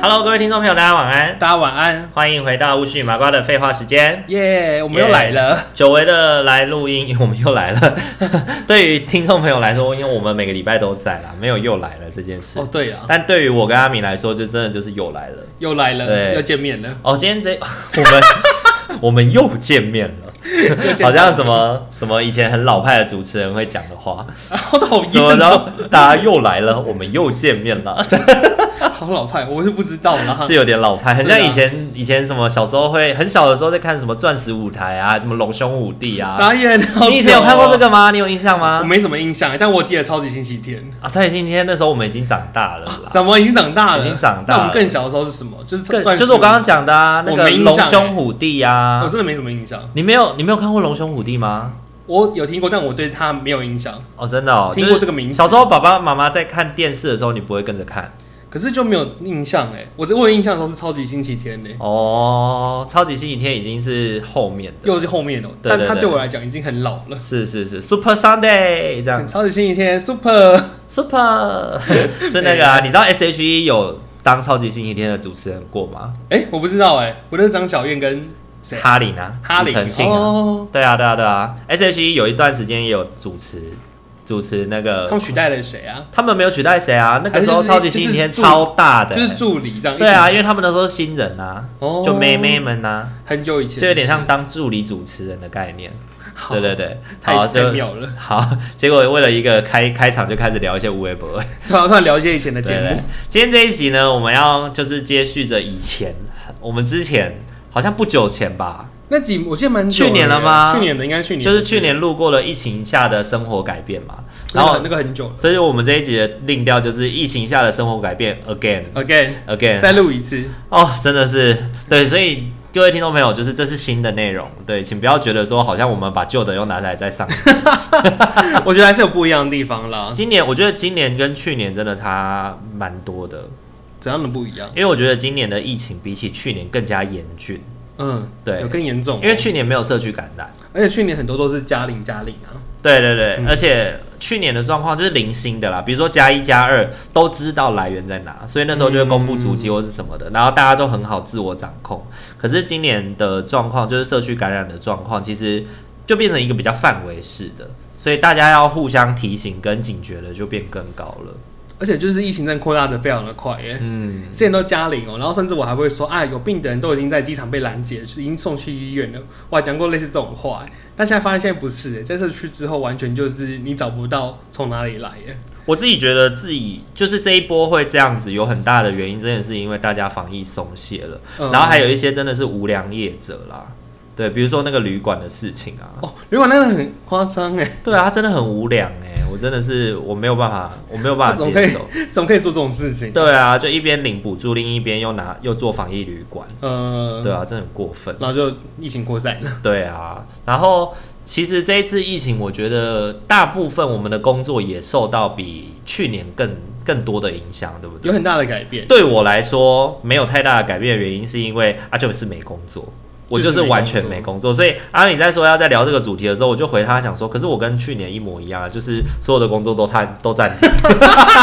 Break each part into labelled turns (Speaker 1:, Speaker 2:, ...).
Speaker 1: Hello，各位听众朋友，大家晚安，
Speaker 2: 大家晚安，
Speaker 1: 欢迎回到巫师与麻瓜的废话时间。
Speaker 2: 耶、我们又
Speaker 1: Yeah
Speaker 2: 来了。
Speaker 1: 久违的来录音， 我们又来了。对于听众朋友来说，因为我们每个礼拜都在啦，没有又来了这件事。
Speaker 2: 哦，对啊，
Speaker 1: 但对于我跟阿明来说，就真的就是又来了。
Speaker 2: 又来了，
Speaker 1: 对
Speaker 2: 又见面了，
Speaker 1: 哦，今天这 我们我们 又见面了，
Speaker 2: 又见
Speaker 1: 好像什么什么以前很老派的主持人会讲 的话，
Speaker 2: 好讨
Speaker 1: 什么
Speaker 2: 厌，啊
Speaker 1: 然后大家又来了，我们又见面 了，这
Speaker 2: 好老派，我是不知道啦。
Speaker 1: 是有点老派，很像
Speaker 2: 对啊
Speaker 1: 以前以前什么小时候会很小的时候在看什么钻石舞台啊，什么龙兄虎弟啊，
Speaker 2: 眨眼，好久哦
Speaker 1: 你以前有看过这？个吗？你有印象
Speaker 2: 我
Speaker 1: 吗？
Speaker 2: 没什么印象，但我记得超级星期天。
Speaker 1: 啊，蔡今天那时候我们已经长大了啦，
Speaker 2: 怎么已经长大了？
Speaker 1: 已经长大
Speaker 2: 那
Speaker 1: 了
Speaker 2: 我们更小的时候是什么？就是
Speaker 1: 更
Speaker 2: 钻石
Speaker 1: 就是我刚刚讲的啊，那
Speaker 2: 我
Speaker 1: 个
Speaker 2: 没印
Speaker 1: 龙
Speaker 2: 象欸
Speaker 1: 兄虎弟
Speaker 2: 我
Speaker 1: 啊，
Speaker 2: 真的没什么印象。
Speaker 1: 你没有你没有看过龙兄虎弟吗？
Speaker 2: 我有听过，但我对他没有印象。
Speaker 1: 哦，真的哦，
Speaker 2: 听
Speaker 1: 就
Speaker 2: 过
Speaker 1: 是
Speaker 2: 这个名字
Speaker 1: 小时候爸爸妈妈在看电视的时候，你不会跟着看
Speaker 2: 可是就没有印象哎，我只我有印象的时候是超级星期天呢，欸
Speaker 1: 哦。超级星期天已经是后面的，
Speaker 2: 又是后面哦。
Speaker 1: 对
Speaker 2: 但
Speaker 1: 对
Speaker 2: 他
Speaker 1: 对
Speaker 2: 对我来讲已经很老了。
Speaker 1: 是是是，Super Sunday 这样
Speaker 2: 超级星期天 Super
Speaker 1: ，Super 是那个啊。你知道 S.H.E 有当超级星期天的主持人过吗？
Speaker 2: 哎、我不知道哎、我认识张小燕跟谁？
Speaker 1: 哈林啊，
Speaker 2: 哈
Speaker 1: 庾
Speaker 2: 林
Speaker 1: 澄庆啊，
Speaker 2: 哦，
Speaker 1: 对啊对啊对啊。S.H.E 有一段时间也有主持主持那
Speaker 2: 他
Speaker 1: 个
Speaker 2: 们，取代了谁啊？
Speaker 1: 他们没有取代谁啊？那
Speaker 2: 还
Speaker 1: 个
Speaker 2: 是
Speaker 1: 时
Speaker 2: 就
Speaker 1: 候
Speaker 2: 是
Speaker 1: 超级星期天
Speaker 2: 就是助
Speaker 1: 超大的
Speaker 2: 就是
Speaker 1: 欸，
Speaker 2: 助理这样。
Speaker 1: 对啊，因
Speaker 2: 为
Speaker 1: 为他们那时候新人啊，
Speaker 2: 哦
Speaker 1: 就妹妹们呐。
Speaker 2: 很久以前
Speaker 1: 就有点像当助理主持人的概念。
Speaker 2: 好
Speaker 1: 对对对，
Speaker 2: 太
Speaker 1: 好
Speaker 2: 太
Speaker 1: 就
Speaker 2: 妙了。
Speaker 1: 好。结果为了一个开开场就开始聊一些无 微博
Speaker 2: 突然突然聊一些以前的
Speaker 1: 对
Speaker 2: 节
Speaker 1: 对
Speaker 2: 目
Speaker 1: 对，今天这一集呢，我们要就是接续着以前，我们之前好像不久前吧，
Speaker 2: 那几我记得蛮久
Speaker 1: 去年了吗
Speaker 2: 去年的应该去年，
Speaker 1: 就是去年路过了疫情下的生活改变嘛，
Speaker 2: 那
Speaker 1: 然
Speaker 2: 个
Speaker 1: 后
Speaker 2: 那。个很久了。
Speaker 1: 所以，我们这一集的定调就是疫情下的生活改变，again
Speaker 2: Again，
Speaker 1: again。
Speaker 2: 再录一次，
Speaker 1: 哦，真的是对，所以各位听众朋友，就是这是新的内容，对，请不要觉得说好像我们把旧的又拿来再上
Speaker 2: 我觉得还是有不一样的地方啦。
Speaker 1: 今年我觉得今年跟去年真的差蛮多的，
Speaker 2: 怎样的不一样？
Speaker 1: 因为我觉得今年的疫情比起去年更加严峻，
Speaker 2: 嗯，
Speaker 1: 对
Speaker 2: 有更严重哦、
Speaker 1: 因为去年没有社区感染。
Speaker 2: 而且去年很多都是加零加零啊，
Speaker 1: 对对对，而且去年的状况就是零星的啦，比如说加一加二都知道来源在哪，所以那时候就会公布足迹或是什么的，然后大家都很好自我掌控。可是今年的状况就是社区感染的状况，其实就变成一个比较范围式的，所以大家要互相提醒跟警觉的就变更高了。
Speaker 2: 而且就是疫情真的扩大的非常的快耶、
Speaker 1: 嗯。
Speaker 2: 之前都加零哦，然后甚至我还会说啊，有病的人都已经在机场被拦截，是已经送去医院了。我还讲过类似这种话，但现在发现现在不是，在社区之后完全就是你找不到从哪里来耶。
Speaker 1: 我自己觉得自己就是这一波会这样子，有很大的原因，真的是因为大家防疫松懈了，
Speaker 2: 嗯
Speaker 1: 然后还有一些真的是无良业者啦，对，比如说那个旅馆的事情啊，
Speaker 2: 哦，旅馆那个很夸张哎，
Speaker 1: 对啊，他真的很无良哎、我真的是我没有办法，我没有办
Speaker 2: 那
Speaker 1: 法
Speaker 2: 怎么可以
Speaker 1: 接受，
Speaker 2: 怎么可以做这种事情？
Speaker 1: 对啊，就一边领补助，另一边又拿又做防疫旅馆，
Speaker 2: 呃，
Speaker 1: 对啊，真的很过分。
Speaker 2: 然后就疫情扩散了。
Speaker 1: 对啊，然后其实这一次疫情，我觉得大部分我们的工作也受到比去年更更多的影响，对不对
Speaker 2: 有？很大的改 变，
Speaker 1: 对我来说没有太大的改变的原因，是因为啊就是没工作，我就是完全没工作。所以阿敏在说要在聊这个主题的时候，我就回他讲说，可是我跟去年一模一样，啊，就是所有的工作都暂都暂停，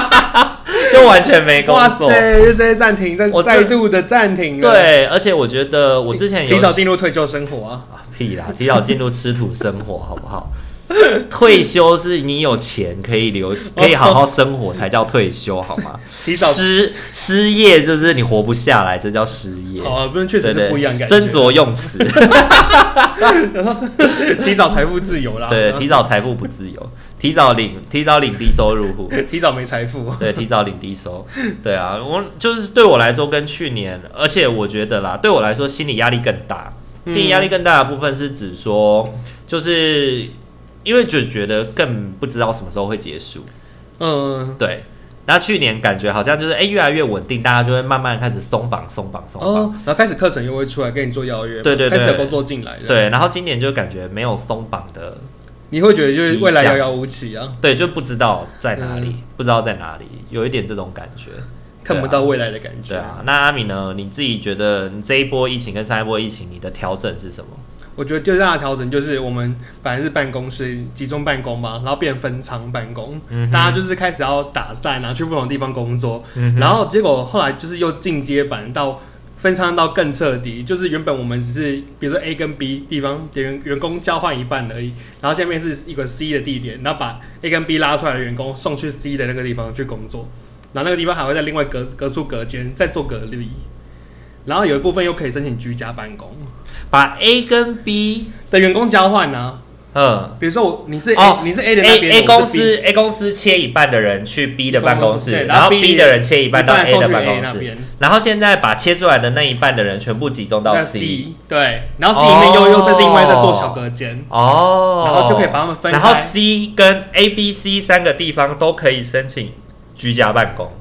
Speaker 1: 就完全没工
Speaker 2: 哇
Speaker 1: 作。
Speaker 2: 塞，又在暂停，在
Speaker 1: 我这
Speaker 2: 再度的暂停了。，
Speaker 1: 对，而且我觉得我之前有
Speaker 2: 提早进入退休生活啊，
Speaker 1: 啊屁啦，提早进入吃土生活，好不好？退休是你有钱可以留，可以好好生活才叫退休，好吗？
Speaker 2: 提早
Speaker 1: 失失业就是你活不下来，这叫失业。
Speaker 2: 好啊，不是确实
Speaker 1: 对
Speaker 2: 是不一样的感觉。
Speaker 1: 斟酌 用词，
Speaker 2: 提早财富自由啦，
Speaker 1: 对，提早财富不自由，提早领提早领低收入户，
Speaker 2: 提早没财富。啊
Speaker 1: 对，提早领低收，对啊，我就是对我来说跟去年，而且我觉得啦，对我来说心理压力更大，
Speaker 2: 嗯
Speaker 1: 心理压力更大的部分是指说，就是因为就觉得更不知道什么时候会结束，
Speaker 2: 嗯，
Speaker 1: 对。那去年感觉好像就是哎、越来越稳定，大家就会慢慢开始松绑松绑松绑。
Speaker 2: 哦，然后开始课程又会出来跟你做邀约嘛，
Speaker 1: 对对对
Speaker 2: 开始有工作进来了，，
Speaker 1: 对，然后今年就感觉没有松绑的，
Speaker 2: 你会觉得就是未来
Speaker 1: 迹象
Speaker 2: 遥遥无期啊，
Speaker 1: 对，就不知道在哪里，
Speaker 2: 嗯
Speaker 1: 不知道在哪里，有一点这种感觉。
Speaker 2: 看不到未来的感觉。
Speaker 1: 对啊，那阿米呢？你自己觉得你这一波疫情跟上一波疫情，你的调整是什么？
Speaker 2: 我觉得最大的调整就是我们本来是办公室集中办公嘛，然后变分仓办公，大家就是开始要打散啊，去不同地方工作，然后结果后来就是又进阶版到。分仓到更彻底，就是原本我们只是比如说 A 跟 B 地方员员工交换一半而已，然后下面是一个 C 的地点，然后把 A 跟 B 拉出来的员工送去 C 的那个地方去工作，然后那个地方还会再另外隔隔出隔间再做隔离，然后有一部分又可以申请居家办公
Speaker 1: 把 A 跟 B，
Speaker 2: 的员工交换呢、
Speaker 1: 嗯。
Speaker 2: 比如说我你是 A,
Speaker 1: 哦
Speaker 2: 你是 A 的那
Speaker 1: A
Speaker 2: 边
Speaker 1: A
Speaker 2: 我
Speaker 1: 公
Speaker 2: 是 B
Speaker 1: 司 A 公司切一半的人去 B 的办公
Speaker 2: 对
Speaker 1: 室，
Speaker 2: 然后
Speaker 1: 然后
Speaker 2: B
Speaker 1: B 的人切一半到
Speaker 2: 一半
Speaker 1: A
Speaker 2: 送
Speaker 1: 的
Speaker 2: 去
Speaker 1: 办
Speaker 2: A
Speaker 1: 公
Speaker 2: 那
Speaker 1: 室
Speaker 2: 边，
Speaker 1: 然后现在把切出来的那一半的人全部集中到
Speaker 2: 那
Speaker 1: C，
Speaker 2: 对，然后 C 里面又、
Speaker 1: 哦
Speaker 2: 又在另外再做小隔间，
Speaker 1: 哦，
Speaker 2: 然后就可以把他们分开
Speaker 1: 然后 C 跟 A、B、C 三个地方都可以申请居家办公，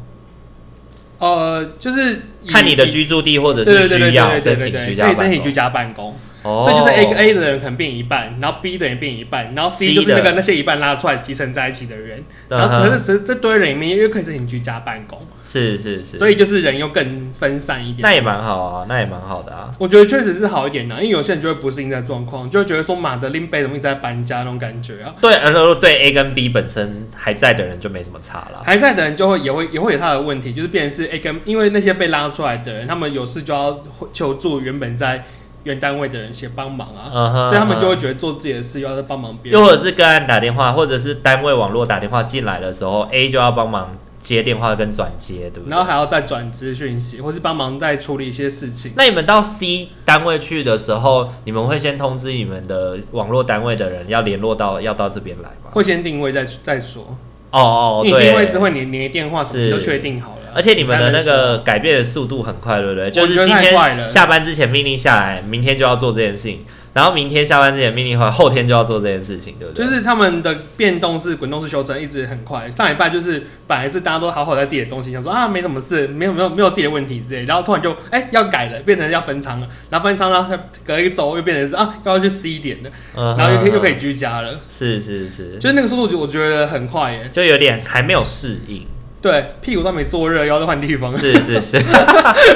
Speaker 2: 呃，就是以
Speaker 1: 看你的
Speaker 2: 以
Speaker 1: 居住地或者
Speaker 2: 对
Speaker 1: 是
Speaker 2: 对对对
Speaker 1: 需
Speaker 2: 对
Speaker 1: 要
Speaker 2: 对
Speaker 1: 申
Speaker 2: 对
Speaker 1: 请
Speaker 2: 对
Speaker 1: 居
Speaker 2: 对，
Speaker 1: 家
Speaker 2: 可
Speaker 1: 办
Speaker 2: 以
Speaker 1: 公，
Speaker 2: 申请居家办公，
Speaker 1: 哦，
Speaker 2: 所以就是 A A 的人可能变一半，然后 B 的人变一半，然后 C
Speaker 1: C
Speaker 2: 就是那个
Speaker 1: 的
Speaker 2: 那些一半拉出来集成在一起的人，
Speaker 1: 嗯哼
Speaker 2: 然后可是这这堆人里面又可以申请居家办公，
Speaker 1: 是是是，
Speaker 2: 所以就是人又更分散一点
Speaker 1: 那。也蛮好啊，那也蛮好的啊。
Speaker 2: 我觉得确实是好一点啊的、因为有些人就会不适应这状况，就会觉得说马德琳贝怎么一直在搬家那种感觉啊。
Speaker 1: 对，呃，对 A 跟 B 本身还在的人就没什么差啦。
Speaker 2: 还在的人就会也会也会有他的问题，就是变成是 A 跟，因为那些被拉出来的人，他们有事就要求助原本在原单位的人先帮忙啊，
Speaker 1: 嗯哼
Speaker 2: 所以他们就会
Speaker 1: 嗯
Speaker 2: 觉得做自己的事又要再帮忙别人
Speaker 1: 又。或者是个案打电话，或者是单位网络打电话进来的时候，A 就要帮忙接电话跟转接，对不对
Speaker 2: 然后？还要再转资讯息，或是帮忙再处理一些事情。
Speaker 1: 那你们到 C 单位去的时候，你们会先通知你们的网络单位的人要联络到要到这边来吗？
Speaker 2: 会先定位再再说，
Speaker 1: 哦哦，
Speaker 2: 因为你定位
Speaker 1: 对
Speaker 2: 之。后，你你的电话什么
Speaker 1: 是
Speaker 2: 都确定好了，
Speaker 1: 而且你们的
Speaker 2: 才能
Speaker 1: 那个改变的速度很快，对不对？
Speaker 2: 啊觉
Speaker 1: 就
Speaker 2: 得
Speaker 1: 是今
Speaker 2: 太快了
Speaker 1: 天下班之前命令下来，明天就要做这件事情，然后明天下班之前命令回来，后天就要做这件事情，对不对？
Speaker 2: 就是他们的变动是滚动式修正，一直很快。上礼拜就是本来是大家都好好在自己的中心，想说啊没什么事，没有没有没有自己的问题之类，然后突然就哎、要改了，变成要分仓了，然后分仓，然后隔一周又变成是啊要去 C 点的，
Speaker 1: 嗯哼，
Speaker 2: 然后又可以又可
Speaker 1: 嗯
Speaker 2: 以居家了
Speaker 1: 哼，，是是是，
Speaker 2: 就是那个速度我觉得很快耶。
Speaker 1: 就有点还没有适 应，
Speaker 2: 对，屁股都没坐热，要再换地 方，
Speaker 1: 是是 是，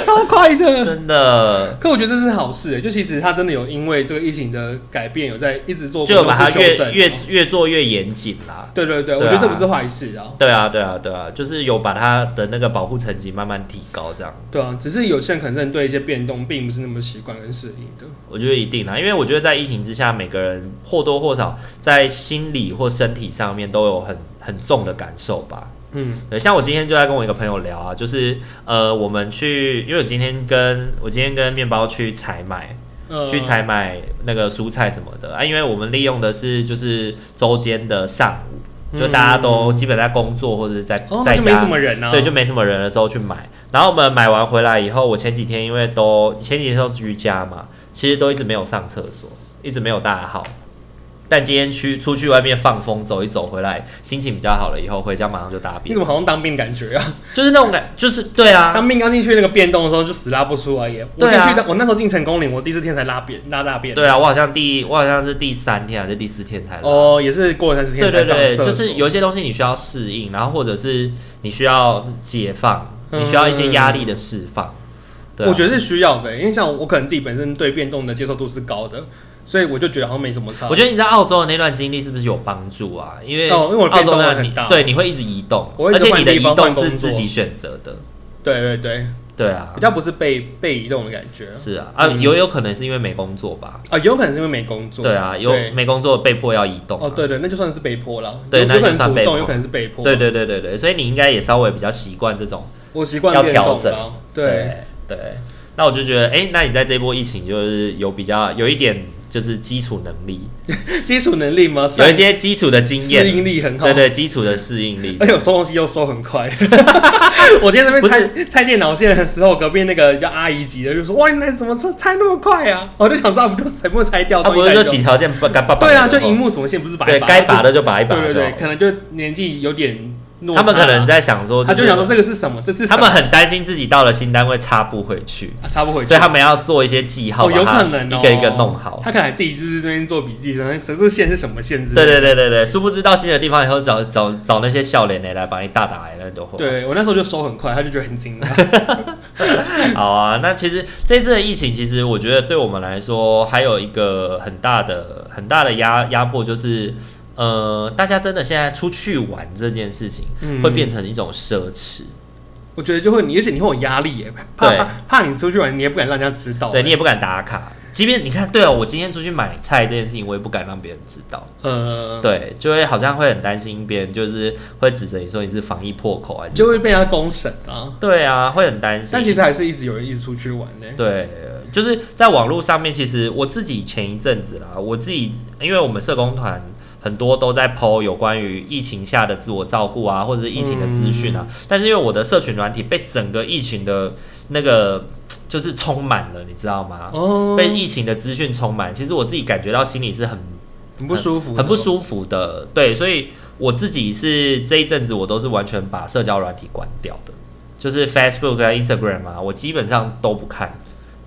Speaker 2: 超快的。
Speaker 1: 真的
Speaker 2: 可我觉得这是好事耶，就其实他真的有因为这个疫情的改变，有在一直做
Speaker 1: 就
Speaker 2: 滚
Speaker 1: 有
Speaker 2: 动
Speaker 1: 把它
Speaker 2: 式
Speaker 1: 越
Speaker 2: 修正。
Speaker 1: 越越做越严谨啦。
Speaker 2: 对对对，我
Speaker 1: 对啊
Speaker 2: 觉得这不是坏事啊。
Speaker 1: 对啊，对啊，对啊，就是有把它的那个保护层级慢慢提高，这样
Speaker 2: 对啊，只是有些人可能对一些变动并不是那么习惯跟适应的。
Speaker 1: 我觉得一定啦，啊因为我觉得在疫情之下，每个人或多或少在心理或身体上面都有很很重的感受吧。
Speaker 2: 嗯，
Speaker 1: 对，像我今天就在跟我一个朋友聊啊，就是呃，我们去，因为我今天跟我今天跟面包去采买，
Speaker 2: 呃
Speaker 1: 去采买那个蔬菜什么的啊，因为我们利用的是就是周间的上午，就大家都基本在工作或者是在、
Speaker 2: 嗯哦，那
Speaker 1: 在
Speaker 2: 就没
Speaker 1: 家
Speaker 2: 什么人啊。
Speaker 1: 对，就没什么人的时候去买。然后我们买完回来以后，我前几天因为都前几天都居家嘛，其实都一直没有上厕所，一直没有大号。但今天去出去外面放风走一走，回来心情比较好了以后，回家马上就大
Speaker 2: 你
Speaker 1: 便
Speaker 2: 怎，么好像当兵感觉啊？
Speaker 1: 就是那种感，就是对啊，
Speaker 2: 当兵刚进去那个变动的时候就死拉不出来耶。我
Speaker 1: 对
Speaker 2: 进
Speaker 1: 啊
Speaker 2: 去的，我那时候进成功岭，我第四天才拉便拉大便。
Speaker 1: 对啊，我好像第我好像是第三天还是第四天才来。
Speaker 2: 哦，也是过了三十天
Speaker 1: 对
Speaker 2: 才
Speaker 1: 对
Speaker 2: 上
Speaker 1: 对，
Speaker 2: 厕所。
Speaker 1: 就是有一些东西你需要适应，然后或者是你需要解放，
Speaker 2: 嗯
Speaker 1: 你需要一些压力的释放。对啊、
Speaker 2: 我觉得是需要的，因为像我可能自己本身对变动的接受度是高的，所以我就觉得好像没什么差。
Speaker 1: 我觉得你在澳洲的那段经历是不是有帮助啊？因为
Speaker 2: 哦因为我的
Speaker 1: 澳洲
Speaker 2: 变动
Speaker 1: 那
Speaker 2: 会很
Speaker 1: 你
Speaker 2: 大
Speaker 1: 对，你会一直移动，
Speaker 2: 我会一
Speaker 1: 而
Speaker 2: 直
Speaker 1: 且
Speaker 2: 换
Speaker 1: 你的
Speaker 2: 地
Speaker 1: 移
Speaker 2: 方
Speaker 1: 动
Speaker 2: 换
Speaker 1: 是
Speaker 2: 工
Speaker 1: 自
Speaker 2: 作
Speaker 1: 己选择的，
Speaker 2: 对对对，
Speaker 1: 对啊
Speaker 2: 比，较不是被被移动的感觉
Speaker 1: 是啊，啊，有有可能是因为没工作吧？
Speaker 2: 啊，有可能是因为没工作。
Speaker 1: 对啊，有
Speaker 2: 对
Speaker 1: 没工作被迫要移动啊、
Speaker 2: 哦，对对，那就算是被迫了。
Speaker 1: 对
Speaker 2: 有
Speaker 1: 那
Speaker 2: 有可
Speaker 1: 就
Speaker 2: 能
Speaker 1: 算
Speaker 2: 主
Speaker 1: 被
Speaker 2: 动，
Speaker 1: 迫
Speaker 2: 有可能是被迫。
Speaker 1: 对对对对对，所以你应该也稍微比较习惯这种
Speaker 2: 我习惯
Speaker 1: 要
Speaker 2: 变
Speaker 1: 调
Speaker 2: 动
Speaker 1: 整
Speaker 2: 了。对，
Speaker 1: 对。那我就觉得，哎、那你在这波疫情就是有比较有一点就是基础能力，
Speaker 2: 基础能力吗？
Speaker 1: 有一些基础的经
Speaker 2: 适
Speaker 1: 验，
Speaker 2: 应力哦哎很好，
Speaker 1: 对对，基础的适应力
Speaker 2: 而。且我收东西又收很 快。我今天这边
Speaker 1: 不
Speaker 2: 拆拆电脑线的时候，隔壁那个叫阿姨级的就说：“哇，你那怎么拆拆那么快啊？”我就想知道，不就是全部拆掉？
Speaker 1: 他不
Speaker 2: 东
Speaker 1: 是
Speaker 2: 西
Speaker 1: 就
Speaker 2: 拆
Speaker 1: 几条线拔拔拔？
Speaker 2: 啊对啊，就荧幕什么线不是拔一
Speaker 1: 对
Speaker 2: 拔，
Speaker 1: 该拔
Speaker 2: 的
Speaker 1: 的就拔一拔，
Speaker 2: 对对
Speaker 1: 就好
Speaker 2: 对，
Speaker 1: 了
Speaker 2: 可能就年纪有点落差啊
Speaker 1: 他们可能在想说、
Speaker 2: 他
Speaker 1: 是
Speaker 2: 就想说这个是什么，这是什
Speaker 1: 他
Speaker 2: 么
Speaker 1: 们很担心自己到了新单位插不回去，
Speaker 2: 啊插不回去，
Speaker 1: 所以他们要做一些记号，
Speaker 2: 哦有可能
Speaker 1: 把
Speaker 2: 哦
Speaker 1: 它一个一个弄好。
Speaker 2: 他可能还自己就是这边做笔记，什么什么线是什么线之类
Speaker 1: 对
Speaker 2: 的。
Speaker 1: 对对对对，殊不知到新的地方以后找找找那些笑脸的来把你大打来了都会。
Speaker 2: 对我那时候就收很快，他就觉得很惊 讶。
Speaker 1: 好啊，那其实这次的疫情，其实我觉得对我们来说还有一个很大的、很大的压压迫，就是呃，大家真的现在出去玩这件事情
Speaker 2: 嗯
Speaker 1: 会变成一种奢侈，
Speaker 2: 我觉得就会你，而且你会有压力 耶，怕
Speaker 1: 对
Speaker 2: 怕怕你出去玩，你也不敢让人家知道。
Speaker 1: 对你也不敢打卡。即便你看，对哦，我今天出去买菜这件事情，我也不敢让别人知道，
Speaker 2: 呃，
Speaker 1: 对，就会好像会很担心别人，就是会指着你说你是防疫破口还是
Speaker 2: 就会被人家公审啊。
Speaker 1: 对啊，会很担心。
Speaker 2: 但其实还是一直有人一直出去玩的。
Speaker 1: 对，就是在网络上面，其实我自己前一阵子啦，我自己因为我们社工团很多都在 PO 有关于疫情下的自我照顾啊，或者是疫情的资讯
Speaker 2: 嗯
Speaker 1: 啊，但是因为我的社群软体被整个疫情的那个就是充满了，你知道吗？
Speaker 2: 哦，
Speaker 1: 被疫情的资讯充满，其实我自己感觉到心里是很
Speaker 2: 很不舒服，
Speaker 1: 很不。舒服的，对，所以我自己是这一阵子我都是完全把社交软体关掉的，就是 Facebook 啊、Instagram 啊，我基本上都不看，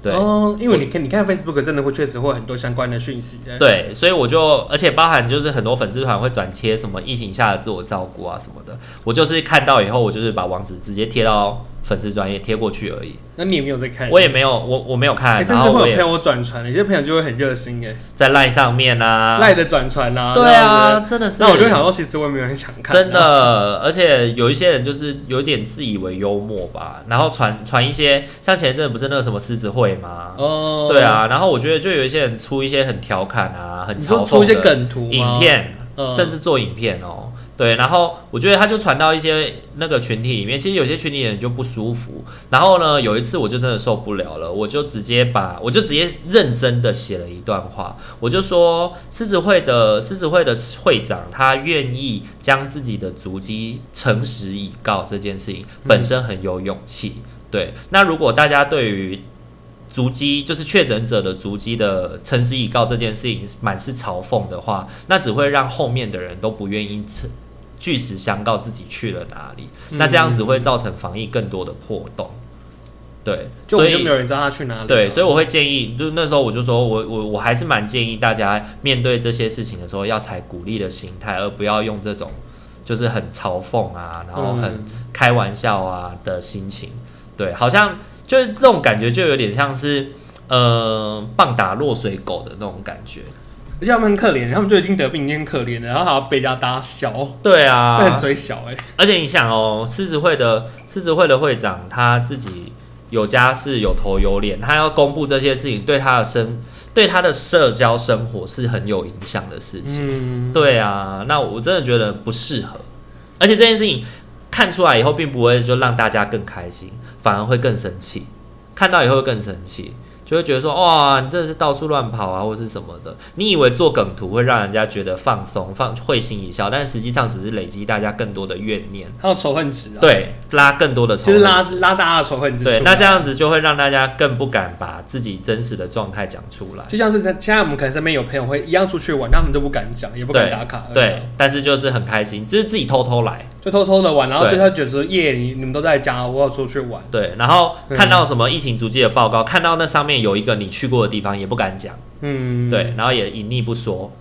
Speaker 1: 对。
Speaker 2: 哦，因为你看，你看 Facebook 真的会确实会很多相关的讯息。对
Speaker 1: 对，所以我就，而且包含就是很多粉丝团会转切什么疫情下的自我照顾啊什么的，我就是看到以后，我就是把网址直接贴到粉丝专业贴过去而已，
Speaker 2: 那你也没有在看，
Speaker 1: 我也没有，我我没有看，
Speaker 2: 哎甚
Speaker 1: 然
Speaker 2: 至
Speaker 1: 后
Speaker 2: 会
Speaker 1: 我
Speaker 2: 有
Speaker 1: 也
Speaker 2: 朋友转传，有些朋友就会很热心哎，
Speaker 1: 在 line 上面啊，
Speaker 2: 赖的转传啦。
Speaker 1: 对
Speaker 2: 这
Speaker 1: 啊，
Speaker 2: 样子，
Speaker 1: 真的是，
Speaker 2: 那我就想说，其实我也没有很想看，啊
Speaker 1: 真，的，而且有一些人就是有点自以为幽默吧，然后传传一些像前一阵子不是那个什么狮子会吗？
Speaker 2: 哦，
Speaker 1: 对，啊，然后我觉得就有一些人出一些很调侃啊，很
Speaker 2: 你说
Speaker 1: 嘲讽
Speaker 2: 出
Speaker 1: 的
Speaker 2: 一些梗图吗
Speaker 1: 影，片，
Speaker 2: 嗯
Speaker 1: 甚至做影片哦。对，然后我觉得他就传到一些那个群体里面，其实有些群体人就不舒服。然后呢，有一次我就真的受不了了，我就直接把我就直接认真的写了一段话，我就说狮子会的狮子会的会长，他愿意将自己的足迹诚实以告这件事情本身很有勇气。对，那如果大家对于足迹，就是确诊者的足迹的诚实以告这件事情满是嘲讽的话，那只会让后面的人都不愿意诚据实相告自己去了哪里，
Speaker 2: 嗯
Speaker 1: 那这样子会造成防疫更多的破洞。对，
Speaker 2: 就我
Speaker 1: 所
Speaker 2: 们就
Speaker 1: 以
Speaker 2: 没有人知道他去哪里了。
Speaker 1: 对，所以我会建议，就是那时候我就说我我我还是蛮建议大家面对这些事情的时候，要采鼓励的心态，而不要用这种就是很嘲讽啊，然后很
Speaker 2: 嗯
Speaker 1: 开玩笑啊的心情。对，好像就是这种感觉，就有点像是呃棒打落水狗的那种感觉。
Speaker 2: 而且他们很可怜，他们就已经得病，已经很可怜了，然后还要被人家打小，
Speaker 1: 对
Speaker 2: 这很
Speaker 1: 啊，
Speaker 2: 水小哎、
Speaker 1: 而且你想哦，狮子会的狮子会的会长他自己有家室有头有脸，他要公布这些事情，对他的生对他的社交生活是很有影响的事情。
Speaker 2: 嗯，
Speaker 1: 对啊，那我真的觉得不适合，而且这件事情看出来以后，并不会就让大家更开心，反而会更生气。看到以后会更生气，就会觉得说哇，你真的是到处乱跑啊，或是什么的。你以为做梗图会让人家觉得放松、放会心一笑，但实际上只是累积大家更多的怨念，
Speaker 2: 还有仇恨值啊，，
Speaker 1: 对，拉更多的仇
Speaker 2: 就
Speaker 1: 恨
Speaker 2: 是
Speaker 1: 值。
Speaker 2: 拉拉大家的仇恨值出来。
Speaker 1: 对，那这样子就会让大家更不敢把自己真实的状态讲出来。
Speaker 2: 就像是在现在我们可能身边有朋友会一样出去玩，他们都不敢讲，也不敢打卡，呃
Speaker 1: 对，，但是就是很开心，就是自己偷偷来。
Speaker 2: 就偷偷的玩，然后
Speaker 1: 对
Speaker 2: 对他觉得说耶，你你们都在家，我要出去玩。
Speaker 1: 对，然后看到什么疫情足迹的报告，看到那上面有一个你去过的地方，也不敢讲，
Speaker 2: 嗯，，
Speaker 1: 对，然后也隐匿不说，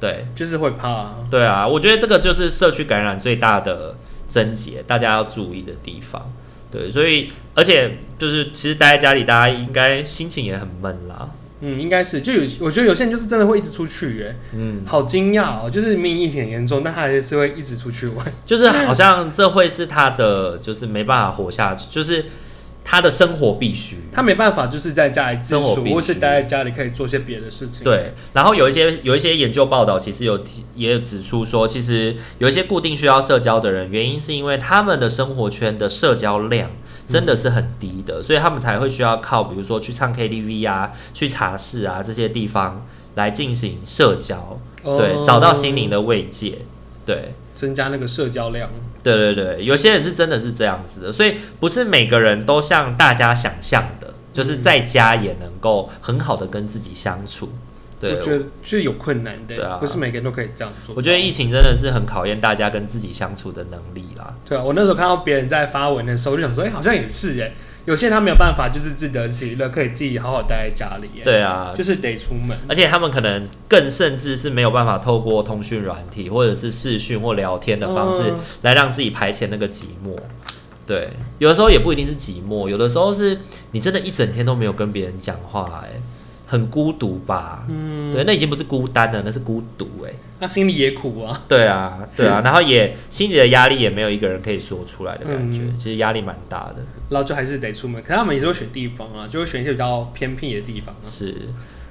Speaker 1: 对，
Speaker 2: 就是会怕、啊。
Speaker 1: 对啊，我觉得这个就是社区感染最大的症结，大家要注意的地方。对，所以而且就是其实待在家里，大家应该心情也很闷啦。
Speaker 2: 嗯，应该是，就有我觉得有些人就是真的会一直出去、耶，
Speaker 1: 嗯，
Speaker 2: 好惊讶哦！就是明明疫情很严重，但他还是会一直出去玩。
Speaker 1: 就是好像这会是他的，就是没办法活下去，就是他的生活必须。
Speaker 2: 他没办法，就是在家里自
Speaker 1: 生活
Speaker 2: 处，
Speaker 1: 必
Speaker 2: 或是
Speaker 1: 须
Speaker 2: 待在家里可以做些别的事情。，
Speaker 1: 对，然后有一些有一些研究报道，其实有提也有指出说，其实有一些固定需要社交的人，原因是因为他们的生活圈的社交量真的是很低的，所以他们才会需要靠比如说去唱 KTV 啊、去茶室啊这些地方来进行社交，对，找到心灵的慰藉，对。
Speaker 2: 哦增加那个社交量。
Speaker 1: 对对对，有些人是真的是这样子的，所以不是每个人都
Speaker 2: 嗯
Speaker 1: 像大家想象的，就是在家也能够很好的跟自己相处。对，
Speaker 2: 我觉得是有困难
Speaker 1: 对
Speaker 2: 的，
Speaker 1: 啊
Speaker 2: 不是每个人都可以这样做。
Speaker 1: 我觉得疫情真的是很考验大家跟自己相处的能力啦。
Speaker 2: 对啊，我那时候看到别人在发文的时候，就想说，哎、好像也是哎，有些人他没有办法，就是自得其乐，可以自己好好待在家里耶，哎
Speaker 1: 对啊，
Speaker 2: 就是得出门。
Speaker 1: 而且他们可能更甚至是没有办法透过通讯软体或者是视讯或聊天的方式
Speaker 2: 嗯
Speaker 1: 来让自己排遣那个寂寞。对，有的时候也不一定是寂寞，有的时候是你真的一整天都没有跟别人讲话、哎，很孤独吧？
Speaker 2: 嗯，
Speaker 1: 对，那已经不是孤单了，那是孤独、哎，
Speaker 2: 那心里也苦啊。
Speaker 1: 对啊，对啊，然后也心里的压力也没有一个人可以说出来的感觉，
Speaker 2: 嗯
Speaker 1: 其实压力蛮大的。
Speaker 2: 然后就还是得出门，可是他们也都会选地方啊，就会选一些比较偏僻的地方啊。
Speaker 1: 是，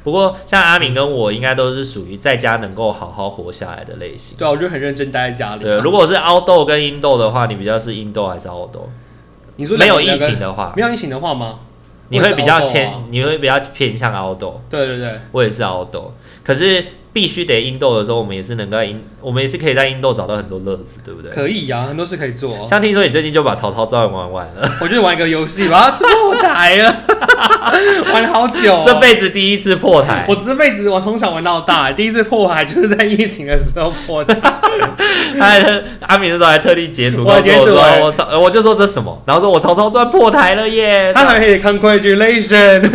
Speaker 1: 不过像阿敏跟我应该都是属于在家能够好好活下来的类型。
Speaker 2: 对啊，我就很认真待在家里啊。
Speaker 1: 对，如果是凹豆跟阴豆的话，你比较是阴豆还是凹豆？
Speaker 2: 你说
Speaker 1: 没
Speaker 2: 两
Speaker 1: 有
Speaker 2: 个
Speaker 1: 疫情，的话
Speaker 2: 没，有疫情的话吗？
Speaker 1: 你会比较
Speaker 2: 浅。
Speaker 1: 偏，你会比较偏向凹豆。
Speaker 2: 对对对，
Speaker 1: 我也是凹豆，可是必须得阴豆的时候，我们也是能够在阴，我们也是可以在阴豆找到很多乐子，对不对？
Speaker 2: 可以啊，很多事可以做啊。
Speaker 1: 像听说你最近就把曹操召唤玩完了，
Speaker 2: 我就玩一个游戏，把它破台了， 玩了好久、哦。
Speaker 1: 这辈子第一次破台。
Speaker 2: 我这辈子我从小玩到大，第一次破台就是在疫情的时候破 的。
Speaker 1: 他还特阿敏那时候还特地截图
Speaker 2: 我
Speaker 1: 告
Speaker 2: 还
Speaker 1: 诉我
Speaker 2: 截图
Speaker 1: 说
Speaker 2: 欸
Speaker 1: 我操，我就说这什么，然后说我曹操传破台了耶，
Speaker 2: 他还可以 congratulation，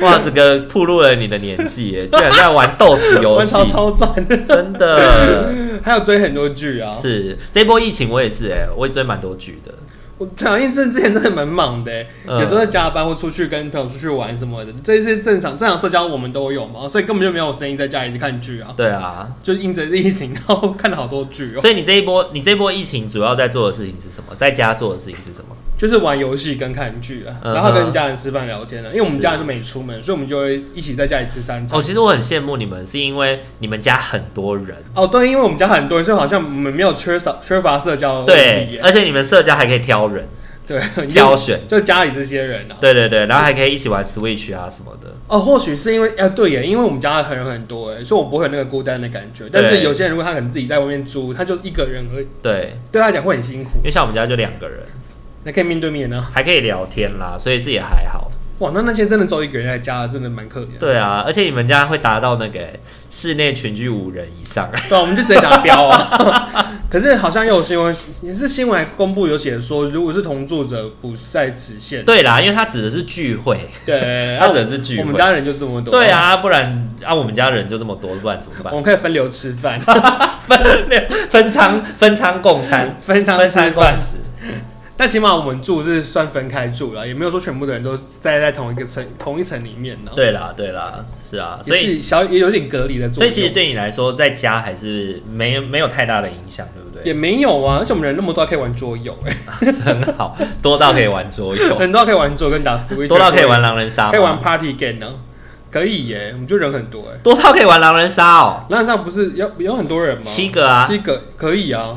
Speaker 1: 哇，整个暴露了你的年 纪耶，居然在玩斗死游
Speaker 2: 玩
Speaker 1: 戏
Speaker 2: 超，超赚，
Speaker 1: 真的
Speaker 2: 还有追很多剧啊。
Speaker 1: 是这波疫情我也是哎，我也追蛮多剧的，
Speaker 2: 我讨厌之之前真的蛮忙的、有
Speaker 1: 嗯
Speaker 2: 时候在加班或出去跟朋友出去玩什么的，这些正常正常社交我们都有嘛，所以根本就没有声音在家里一直看剧啊，
Speaker 1: 对啊，
Speaker 2: 就因着疫情，然后看了好多剧哦、
Speaker 1: 所以你这一波你这一波疫情主要在做的事情是什么？在家做的事情是什么？
Speaker 2: 就是玩游戏跟看剧啊，
Speaker 1: 嗯哼
Speaker 2: 然后跟家人吃饭聊天啊了、因为我们
Speaker 1: 是
Speaker 2: 家人都没出门，所以我们就会一起在家里吃三餐。
Speaker 1: 哦，其实我很羡慕你们，是因为你们家很多人，
Speaker 2: 哦，对，因为我们家很多人，所以好像我们没有缺少缺乏社交的问题
Speaker 1: 对，
Speaker 2: 耶、
Speaker 1: 而且你们社交还可以挑人
Speaker 2: 对，
Speaker 1: 挑选。
Speaker 2: 就就家里这些人啊。
Speaker 1: 对对对，然后还可以一起玩 Switch 啊什么的。
Speaker 2: 哦，或许是因为啊，对耶，因为我们家的人很多哎，所以我不会有那个孤单的感觉。但是有些人如果他可能自己在外面租，他就一个人而已，
Speaker 1: 对，
Speaker 2: 对他来讲会很辛苦
Speaker 1: 因。为像我们家就两个人，
Speaker 2: 那可以面对面呢、
Speaker 1: 还可以聊天啦，所以是也还好。
Speaker 2: 哇，那那些真的只有一个人在家，真的蛮可怜的。
Speaker 1: 对啊，而且你们家会达到那个欸室内群居五人以上，
Speaker 2: 对啊，我们就直接达标啊。 可是好像也有新闻，也是新闻还公布有写说，如果是同住者不在此限。
Speaker 1: 对啦，因为它指的是聚会，啊
Speaker 2: 对，啊
Speaker 1: 它指的是聚
Speaker 2: 我们
Speaker 1: 会。
Speaker 2: 家人就这么多。
Speaker 1: 对，啊，不然啊，我们家人就这么多，不然怎么
Speaker 2: 我
Speaker 1: 办？
Speaker 2: 们可以分流吃 饭，
Speaker 1: 分仓分仓共餐，
Speaker 2: 分餐
Speaker 1: 分
Speaker 2: 吃
Speaker 1: 仓共
Speaker 2: 饭。
Speaker 1: 食。
Speaker 2: 但起码我们住是算分开住了，也没有说全部的人都待在同一个层同一层里面呢。
Speaker 1: 对啦，对啦，是啊，所
Speaker 2: 也
Speaker 1: 以
Speaker 2: 是小也有点隔离的作
Speaker 1: 所以
Speaker 2: 用，
Speaker 1: 其实对你来说，在家还是没没有太大的影响，对不
Speaker 2: 也
Speaker 1: 对？
Speaker 2: 没有啊，而且我们人那么多，还可以玩桌 游、欸，
Speaker 1: 很 好，多到可以玩桌游，
Speaker 2: 很多还可以玩桌游跟打 Switch，
Speaker 1: 多到可以玩，狼人杀吗，
Speaker 2: 可以玩 Party Game 呢、可以耶、我们就人很多哎、
Speaker 1: 多到可以玩狼人杀哦，
Speaker 2: 那上不是有有很多人吗？
Speaker 1: 七个啊，
Speaker 2: 七个可以 啊，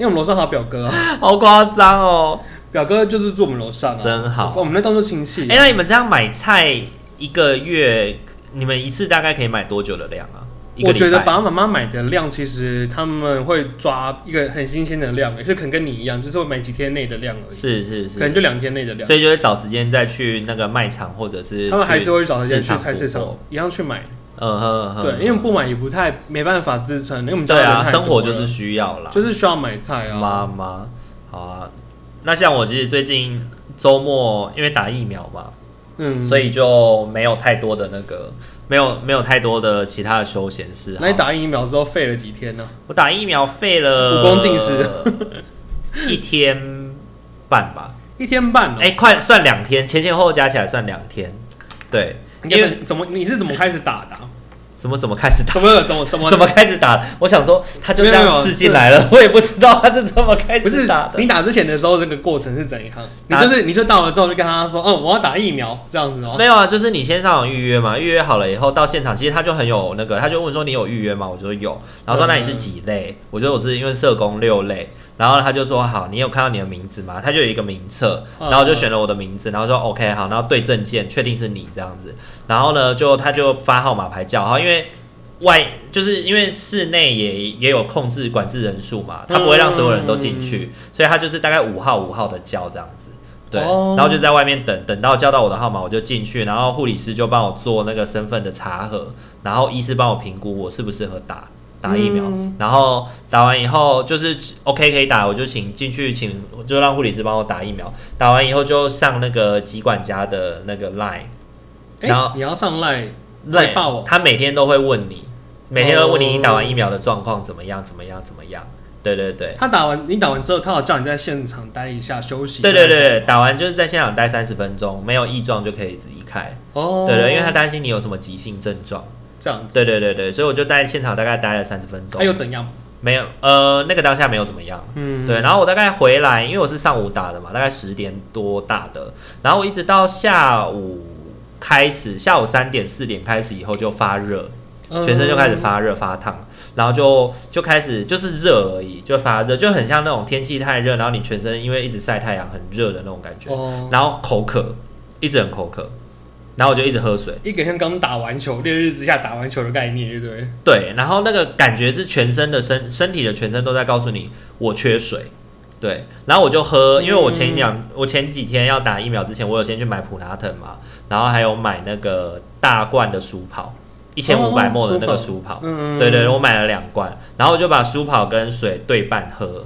Speaker 2: 因为我们楼上还有表哥啊，
Speaker 1: 好夸张哦。
Speaker 2: 表哥就是住我们楼上啊，
Speaker 1: 真好
Speaker 2: 我们那当做亲戚、
Speaker 1: 哎、那你们这样买菜一个月，你们一次大概可以买多久的量啊？一个
Speaker 2: 我
Speaker 1: 礼
Speaker 2: 觉得
Speaker 1: 拜
Speaker 2: 爸爸妈妈买的量，其实他们会抓一个很新鲜的量、欸，就可能跟你一样，就是会买几天内的量而已，
Speaker 1: 是是
Speaker 2: 可能
Speaker 1: 是，
Speaker 2: 就两天内的量。
Speaker 1: 所以就会找时间再去那个卖场或者是
Speaker 2: 他们还是会找时间去菜
Speaker 1: 菜
Speaker 2: 市
Speaker 1: 场
Speaker 2: 场一样去买，
Speaker 1: 嗯哼嗯哼，
Speaker 2: 对，因为不买也不太没办法支撑，因为我们家
Speaker 1: 对啊，
Speaker 2: 人太
Speaker 1: 生活
Speaker 2: 多
Speaker 1: 就
Speaker 2: 了
Speaker 1: 是需要啦。
Speaker 2: 就是需要买菜啊，
Speaker 1: 妈妈，好啊。那像我其实最近周末因为打疫苗嘛，
Speaker 2: 嗯，
Speaker 1: 所以就没有太多的那个，没有没有太多的其他的休闲事好
Speaker 2: 那你打疫苗之后废了几天呢？
Speaker 1: 我打疫苗费了
Speaker 2: 武功尽失，
Speaker 1: 一天半吧。
Speaker 2: 一天半哦，
Speaker 1: 哎、快算两天，前前后后加起来算两天。对，
Speaker 2: 因
Speaker 1: 因为
Speaker 2: 为怎么你是怎么开始打 的啊？
Speaker 1: 怎么怎么开始打，
Speaker 2: 怎么怎么怎么
Speaker 1: 怎么开始打？我想说，他就这
Speaker 2: 没有没
Speaker 1: 样
Speaker 2: 有
Speaker 1: 刺进来了，我也不知道他是怎么开
Speaker 2: 不
Speaker 1: 始
Speaker 2: 是
Speaker 1: 打的。
Speaker 2: 你打之前的时候，这个过程是怎样？你
Speaker 1: 打
Speaker 2: 就是你就到了之后就跟他说，嗯，我要打疫苗这样子哦。
Speaker 1: 没有啊，就是你先上网预约嘛，预约好了以后到现场，其实他就很有那个，他就问说你有预约吗？我就说有，然后说
Speaker 2: 嗯
Speaker 1: 那你是几类？我觉得我是因为社工六类，然后他就说好，你有看到你的名字吗？他就有一个名册，
Speaker 2: 嗯
Speaker 1: 然后我就选了我的名字，然后说哦 OK 好，然后对证件确定是你这样子，然后呢就他就发号码牌叫号，因为。外就是因为室内也也有控制
Speaker 2: 嗯
Speaker 1: 管制人数嘛，他不会让所有人都进去，所以他就是大概五号五号的叫这样子，对，
Speaker 2: 哦
Speaker 1: 然后就在外面等，等到叫到我的号码，我就进去，然后护理师就帮我做那个身份的查核，然后医师帮我评估我适不适合打打疫苗，
Speaker 2: 嗯
Speaker 1: 然后打完以后就是 OK 可以打，我就请进去请就让护理师帮我打疫苗，打完以后就上那个疾管家的那个 Line，
Speaker 2: 哎、
Speaker 1: 然后
Speaker 2: 你要上赖，
Speaker 1: 对，
Speaker 2: 快报哦
Speaker 1: 他每天都会问你，每天都会问你
Speaker 2: 哦
Speaker 1: 你打完疫苗的状况怎么样，怎么样，怎么样？对对对，
Speaker 2: 他打完你打完之后，他有叫你在现场待一下休息。
Speaker 1: 对对对
Speaker 2: 这样
Speaker 1: 对，
Speaker 2: 子，
Speaker 1: 打完就是在现场待三十分钟，没有异状就可以离开。
Speaker 2: 哦，
Speaker 1: 对对，因为他担心你有什么急性症状。
Speaker 2: 这样子，
Speaker 1: 对对对对，所以我就在现场大概待了三十分
Speaker 2: 他又
Speaker 1: 钟，
Speaker 2: 怎样？
Speaker 1: 没有呃那个当下没有怎么样。
Speaker 2: 嗯，
Speaker 1: 对，然后我大概回来，因为我是上午打的嘛，大概十点多打的，然后我一直到下午开始，下午三点四点开始以后就发热，
Speaker 2: 嗯，
Speaker 1: 全身就开始发热发烫，然后就就开始就是热而已，就发热，就很像那种天气太热，然后你全身因为一直晒太阳很热的那种感觉，
Speaker 2: 哦，
Speaker 1: 然后口渴，一直很口渴，然后我就一直喝水，
Speaker 2: 一个像刚打完球，烈日之下打完球的概念，对不对？
Speaker 1: 对，然后那个感觉是全身的身身体的全身都在告诉你我缺水。对，然后我就喝，因为我前两、我前几天要打疫苗之前，我有先去买普拿疼嘛，然后还有买那个大罐的舒跑，一千五百
Speaker 2: 哦
Speaker 1: 沫的那个
Speaker 2: 舒
Speaker 1: 舒跑，
Speaker 2: 嗯，
Speaker 1: 对对，我买了两罐，然后我就把舒跑跟水对半喝。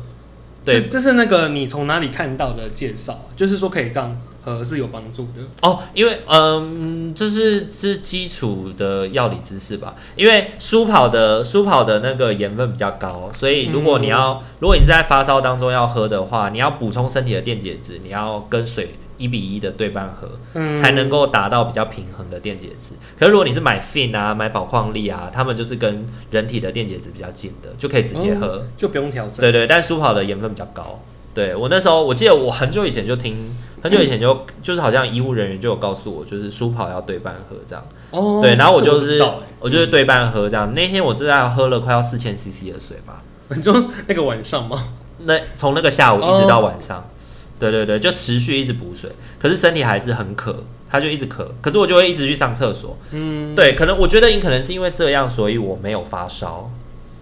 Speaker 1: 对
Speaker 2: 这这是那个你从哪里看到的介绍，啊就是说可以这样喝是有帮助的。
Speaker 1: 哦，因为嗯，这是是基础的药理知识吧？因为舒跑的舒跑的那个盐分比较高，所以如果你要、如果你是在发烧当中要喝的话，你要补充身体的电解质，你要跟水一比一的对半喝。
Speaker 2: 嗯，
Speaker 1: 才能够达到比较平衡的电解质。可是如果你是买 Fin 啊、买宝矿力啊，他们就是跟人体的电解质比较近的，就可以直接喝。
Speaker 2: 就不用调整。
Speaker 1: 对对，但舒跑的盐分比较高。对我那时候，我记得我很久以前就听，很久以前就、就是好像医护人员就有告诉我，就是舒跑要对半喝这样。
Speaker 2: 哦，
Speaker 1: 对，然后我
Speaker 2: 这
Speaker 1: 就
Speaker 2: 不
Speaker 1: 是
Speaker 2: 知道欸
Speaker 1: 我就是对半喝这样。那天我至少喝了快要四千 CC 的水吧，
Speaker 2: 你就那个晚上嘛，
Speaker 1: 那从那个下午一直
Speaker 2: 哦
Speaker 1: 到晚上。对对对，就持续一直补水，可是身体还是很渴，他就一直渴，可是我就会一直去上厕所。
Speaker 2: 嗯，
Speaker 1: 对，可能我觉得你可能是因为这样，所以我没有发烧，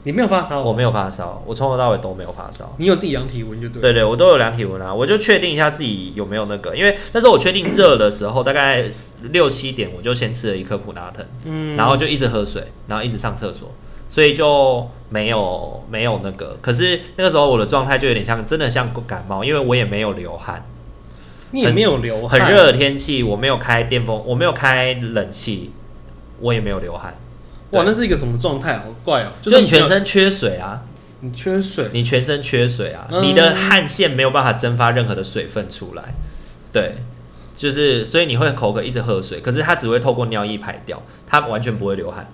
Speaker 2: 你没有发烧，啊
Speaker 1: 我没有发烧，我从头到尾都没有发烧。
Speaker 2: 你有自己量体温就对。，
Speaker 1: 对对，我都有量体温啊，我就确定一下自己有没有那个，因为那时候我确定热的时候，大概六七点我就先吃了一颗普拿疼，
Speaker 2: 嗯，
Speaker 1: 然后就一直喝水，然后一直上厕所，所以就没有没有那个。可是那个时候我的状态就有点像，真的像感冒，因为我也没有流汗，
Speaker 2: 你也没有流汗，
Speaker 1: 很热。的天气，我没有开电风，我没有开冷气，我也没有流汗，
Speaker 2: 哇，那是一个什么状态？好怪哦、
Speaker 1: 就是你全
Speaker 2: 没有，
Speaker 1: 身缺水啊。
Speaker 2: 你缺水，
Speaker 1: 你全身缺水啊，
Speaker 2: 嗯
Speaker 1: 你的汗腺没有办法蒸发任何的水分出来，对，就是所以你会口渴，一直喝水，可是它只会透过尿液排掉，它完全不会流汗，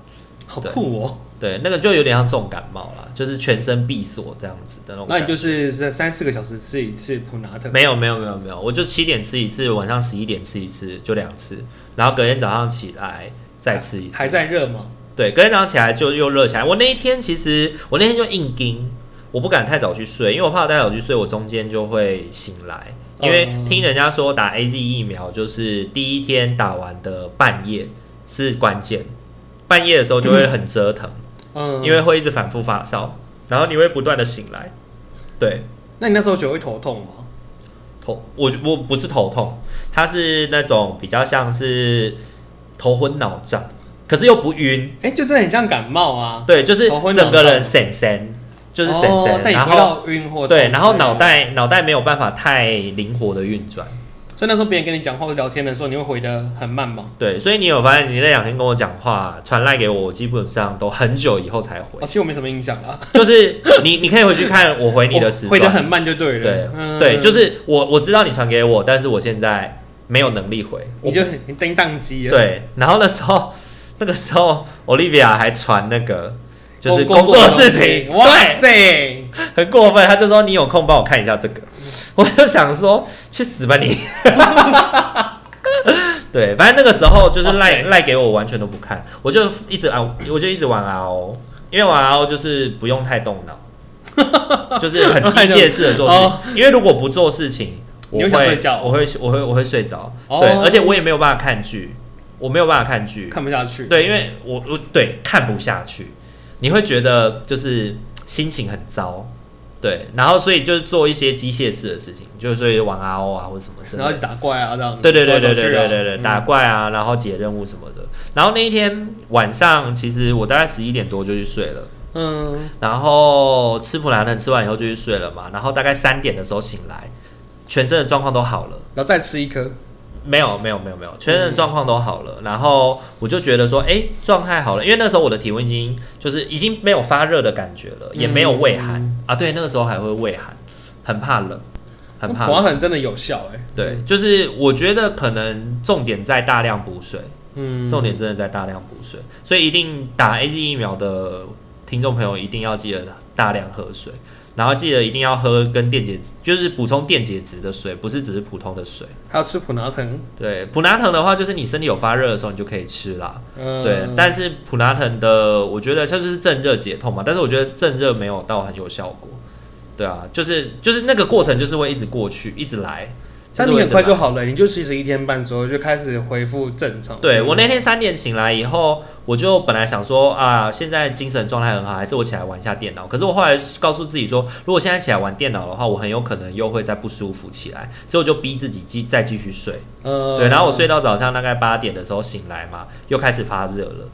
Speaker 2: 好酷哦、
Speaker 1: 对，那个就有点像重感冒啦，就是全身闭锁这样子的那种
Speaker 2: 那
Speaker 1: 感
Speaker 2: 你就
Speaker 1: 觉。
Speaker 2: 是这三四个小时吃一次普拿特，
Speaker 1: 没有没有没有没有，我就七点吃一次，晚上十一点吃一次，就两次，然后隔天早上起来再吃一次
Speaker 2: 还，在热吗？
Speaker 1: 对，隔天早上起来就又热起来。我那一天其实我那天就硬盯，我不敢太早去睡，因为我怕我太早去睡，我中间就会醒来。因为
Speaker 2: 嗯
Speaker 1: 听人家说打 A Z 疫苗就是第一天打完的半夜是关键，半夜的时候就会很折腾，
Speaker 2: 嗯，
Speaker 1: 因为会一直反复发烧，然后你会不断的醒来。对，
Speaker 2: 那你那时候觉得会头痛吗？
Speaker 1: 头我我不是头痛，它是那种比较像是头昏脑胀，可是又不晕，
Speaker 2: 哎、就真的很像感冒啊，
Speaker 1: 对，就是
Speaker 2: 头昏脑
Speaker 1: 整个人
Speaker 2: 胀
Speaker 1: 神神，就是神
Speaker 2: 哦
Speaker 1: 神，，
Speaker 2: 但你
Speaker 1: 然
Speaker 2: 不
Speaker 1: 后
Speaker 2: 到晕或
Speaker 1: 对，
Speaker 2: 痛
Speaker 1: 然后
Speaker 2: 之类的
Speaker 1: 脑，袋脑袋没有办法太灵活的运转，
Speaker 2: 所以那时候别人跟你讲话或聊天的时候，你会回得很慢吗？
Speaker 1: 对，所以你有发现你那两天跟我讲话传赖给我，我基本上都很久以后才回
Speaker 2: 哦，，其实我没什么印象啦，
Speaker 1: 就是你你可以回去看我回你的时
Speaker 2: 哦我回得
Speaker 1: 段，
Speaker 2: 很慢就对了，
Speaker 1: 对
Speaker 2: 嗯
Speaker 1: 对，就是我我知道你传给我，但是我现在没有能力回，
Speaker 2: 你就很你叮当机了，
Speaker 1: 对，然后那时候那个时候 Olivia 还传那个就是
Speaker 2: 工
Speaker 1: 工作的
Speaker 2: 的东
Speaker 1: 事
Speaker 2: 西
Speaker 1: 情，
Speaker 2: 哇
Speaker 1: 对。
Speaker 2: 塞，
Speaker 1: 很过分，他就说你有空帮我看一下这个，我就想说去死吧你。 对，反正那个时候就是
Speaker 2: 哇塞
Speaker 1: 赖赖给我，完全都不看，我就一直啊，我就一直玩 RO，因为玩 RO 就是不用太动脑，就是很机械式的做事
Speaker 2: 哦
Speaker 1: 情。因为如果不做事情，我
Speaker 2: 你会
Speaker 1: 会
Speaker 2: 想睡觉
Speaker 1: 我会我会我会睡着。
Speaker 2: 哦
Speaker 1: 对，而且我也没有办法看剧，我没有办法看剧，
Speaker 2: 看不下去，
Speaker 1: 对，因为我我对看不下去，你会觉得就是心情很糟，对，然后所以就是做一些机械式的事情，就是所以玩 RO 啊或者什么之类
Speaker 2: 然后
Speaker 1: 的
Speaker 2: 一。直打怪啊这样子。
Speaker 1: 对对对
Speaker 2: 走来
Speaker 1: 对
Speaker 2: 走
Speaker 1: 对
Speaker 2: 去啊
Speaker 1: 对对对，
Speaker 2: 嗯
Speaker 1: 打怪啊，然后解任务什么的。然后那一天晚上，其实我大概十一点多就去睡了，
Speaker 2: 嗯，
Speaker 1: 然后吃普兰的吃完以后就去睡了嘛，然后大概三点的时候醒来，全身的状况都好了。
Speaker 2: 然后再吃一颗，
Speaker 1: 没有没有没有没有，全身的状况都好了，然后我就觉得说，哎，状态好了，因为那时候我的体温已经就是已经没有发热的感觉了，也没有畏寒、啊，对，那个时候还会畏寒，很怕冷，很怕
Speaker 2: 那
Speaker 1: 冷
Speaker 2: 华，很真的有效哎、
Speaker 1: 对，就是我觉得可能重点在大量补水，
Speaker 2: 嗯，
Speaker 1: 重点真的在大量补水，所以一定打 A Z 疫苗的听众朋友一定要记得大量喝水，然后记得一定要喝跟电解质，就是补充电解质的水，不是只是普通的水。
Speaker 2: 还有吃普拿疼，
Speaker 1: 对，普拿疼的话，就是你身体有发热的时候，你就可以吃啦。
Speaker 2: 嗯，
Speaker 1: 对，但是普拿疼的，我觉得它就是镇热解痛嘛，但是我觉得镇热没有到很有效果。对啊，就是就是那个过程就是会一直过去，一直来。
Speaker 2: 但
Speaker 1: 是
Speaker 2: 你
Speaker 1: 会一
Speaker 2: 很
Speaker 1: 直
Speaker 2: 快
Speaker 1: 来
Speaker 2: 就好了，你就其实一天半左右就开始恢复正常。
Speaker 1: 对我那天三点醒来以后，我就本来想说啊，现在精神状态很好，还是我起来玩一下电脑。可是我后来告诉自己说，如果现在起来玩电脑的话，我很有可能又会再不舒服起来，所以我就逼自己继再继续睡。
Speaker 2: 呃，
Speaker 1: 对，然后我睡到早上大概八点的时候醒来嘛，又开始发热了。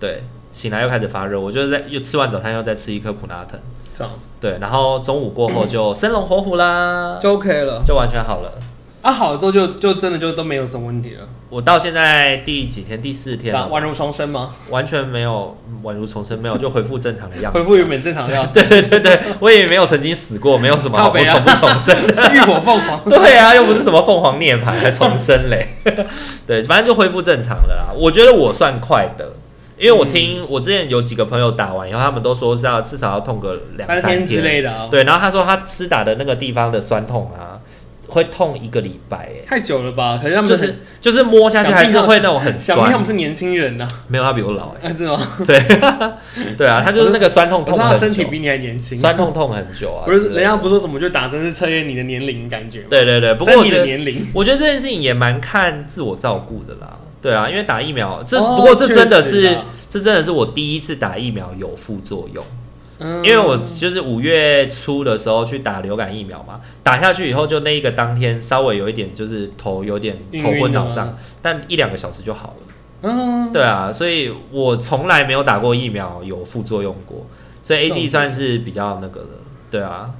Speaker 1: 对，醒来又开始发热，我就在又吃完早餐又再吃一颗普拿疼。
Speaker 2: 这样
Speaker 1: 对，然后中午过后就生龙活虎啦，
Speaker 2: 就 OK 了
Speaker 1: 就完全好了。
Speaker 2: 啊，好了之后就就真的就都没有什么问题了，
Speaker 1: 我到现在第几天？第四
Speaker 2: 这
Speaker 1: 天了
Speaker 2: 样，宛如重生吗？
Speaker 1: 完全没有嗯宛如重生，没有就恢复正常的样子。
Speaker 2: 恢复原本正常的样子，
Speaker 1: 对对对对，我也没有曾经死过，没有什么好
Speaker 2: 靠
Speaker 1: 不
Speaker 2: 北啊
Speaker 1: 重不重生。
Speaker 2: 浴火凤 凰。
Speaker 1: 对啊，又不是什么凤凰涅槃，还重 生嘞。对，反正就恢复正常了啦。我觉得我算快的，因为我
Speaker 2: 嗯
Speaker 1: 听我之前有几个朋友打完以后，他们都说是要至少要痛个两
Speaker 2: 三天
Speaker 1: 天
Speaker 2: 之。类的啊，
Speaker 1: 对，然后他说他吃打的那个地方的酸痛啊，会痛一个礼拜诶。
Speaker 2: 太久了吧？可是他们
Speaker 1: 就是就是摸下去还是会那种很
Speaker 2: 想必他
Speaker 1: 酸
Speaker 2: 们，是年轻人呐、
Speaker 1: 没有他比我老
Speaker 2: 啊，是吗？
Speaker 1: 哎，对，对啊，他就是那个酸痛
Speaker 2: 我
Speaker 1: 痛
Speaker 2: 说他的
Speaker 1: 很
Speaker 2: 身体
Speaker 1: 久，
Speaker 2: 比你还年轻，
Speaker 1: 酸痛痛很久啊，
Speaker 2: 不是
Speaker 1: 之类的
Speaker 2: 人家不说什么就打针是测验你的年龄感觉吗？
Speaker 1: 对对对，不过
Speaker 2: 身
Speaker 1: 我
Speaker 2: 体
Speaker 1: 觉
Speaker 2: 的
Speaker 1: 得
Speaker 2: 年龄，
Speaker 1: 我觉得这件事情也蛮看自我照顾的啦。对啊，因为打疫苗，这、
Speaker 2: 哦
Speaker 1: 不过这真的
Speaker 2: 确实
Speaker 1: 是
Speaker 2: 啊，
Speaker 1: 这真的是我第一次打疫苗有副作用，
Speaker 2: 嗯
Speaker 1: 因为我就是五月初的时候去打流感疫苗嘛，打下去以后就那一个当天稍微有一点就是头有点
Speaker 2: 晕
Speaker 1: 头昏
Speaker 2: 晕的
Speaker 1: 脑
Speaker 2: 吗
Speaker 1: 胀，但一两个小时就好了。
Speaker 2: 嗯，
Speaker 1: 对啊，所以我从来没有打过疫苗有副作用过，所
Speaker 2: 这
Speaker 1: 以
Speaker 2: 种
Speaker 1: AD 算是比较那个的。对啊，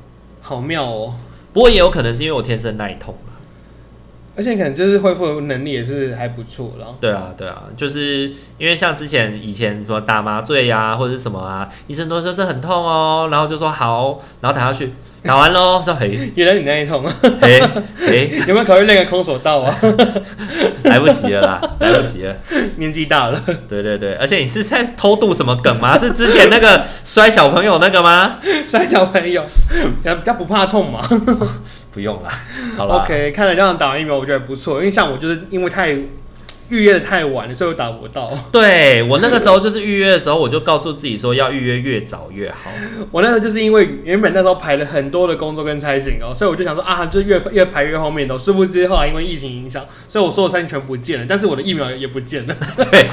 Speaker 2: 好妙哦。
Speaker 1: 不过也有可能是因为我天生耐痛啦。
Speaker 2: 而且可能就是恢复能力也是还不错啦，
Speaker 1: 对啊，对啊，就是因为像之前以前什么打麻醉呀、或者是什么啊，医生都说是很痛哦，然后就说好，然后打下去，打完喽，说嘿
Speaker 2: 原来你那一通，
Speaker 1: 嘿嘿，
Speaker 2: 有没有考虑那个空手道啊？
Speaker 1: 来不及了啦，来不及了。
Speaker 2: 年纪大了，
Speaker 1: 对对对，而且你是在偷渡什么梗吗？是之前那个摔小朋友那个吗？
Speaker 2: 摔跤朋友，比 较比较不怕痛嘛。
Speaker 1: 不用啦，好啦
Speaker 2: OK，看了这样打完疫苗，我觉得不错，因为像我就是因为太预约的太晚了，所以我打不到。
Speaker 1: 对我那个时候就是预约的时候，我就告诉自己说要预约越早越好。
Speaker 2: 我那时候就是因为原本那时候排了很多的工作跟差勤哦，所以我就想说啊，就越越排越后面的。殊不知后来因为疫情影响，所以我所有差勤全不见了，但是我的疫苗也不见了。
Speaker 1: 对，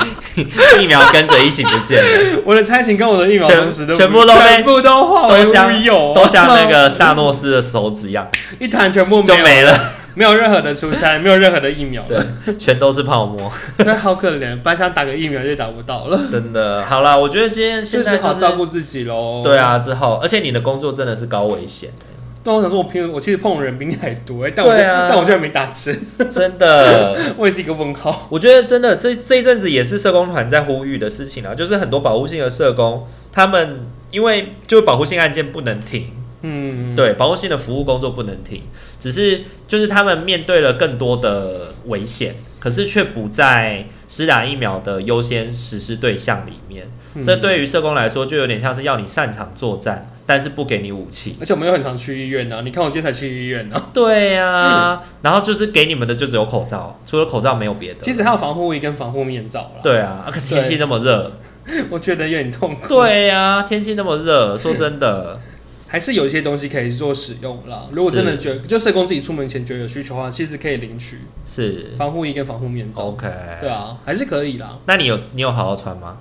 Speaker 1: 疫苗跟着一起不见了，
Speaker 2: 我的差勤跟我的疫苗
Speaker 1: 全
Speaker 2: 同时都
Speaker 1: 全部都被
Speaker 2: 全部都化为
Speaker 1: 都像
Speaker 2: 乌有，哦
Speaker 1: 都像那个萨诺斯的手指一样
Speaker 2: 一弹全部
Speaker 1: 就
Speaker 2: 没有，
Speaker 1: 没了。
Speaker 2: 没有任何的出差，没有任何的疫苗了，
Speaker 1: 对，全都是泡沫，
Speaker 2: 那好可怜。本来想打个疫苗就打不到了，
Speaker 1: 真的。好啦，我觉得今
Speaker 2: 就
Speaker 1: 天 现
Speaker 2: 是
Speaker 1: 在就
Speaker 2: 好
Speaker 1: 是
Speaker 2: 照顾自己喽。
Speaker 1: 对，啊，之后，而且你的工作真的是高危险，
Speaker 2: 那我想说，我平我其实碰的人比你还多、欸，但我就、
Speaker 1: 对啊
Speaker 2: 但我居然没打针，
Speaker 1: 真的。
Speaker 2: 我也是一个问号。
Speaker 1: 我觉得真的这这一阵子也是社工团在呼吁的事情啊，就是很多保护性的社工，他们因为就保护性案件不能停，
Speaker 2: 嗯，
Speaker 1: 对保护性的服务工作不能停，只是就是他们面对了更多的危险，可是却不在施打疫苗的优先实施对象里面。
Speaker 2: 嗯
Speaker 1: 这对于社工来说，就有点像是要你擅长作战，但是不给你武器。
Speaker 2: 而且我们又很常去医院呢、啊你看我今天才去医院呢、啊
Speaker 1: 对呀、嗯然后就是给你们的就只有口罩，除了口罩没有别的。
Speaker 2: 其实还有防护衣跟防护面罩啦。
Speaker 1: 对啊，啊可天气那么热，
Speaker 2: 我觉得有点痛苦。，
Speaker 1: 对呀、天气那么热，说真的，
Speaker 2: 还是有一些东西可以做使用啦。如果真的觉得，就社工自己出门前觉得有需求的话，其实可以领取
Speaker 1: 是
Speaker 2: 防护衣跟防护面罩。
Speaker 1: OK。
Speaker 2: 对啊，还是可以啦。
Speaker 1: 那你有你有好好穿吗？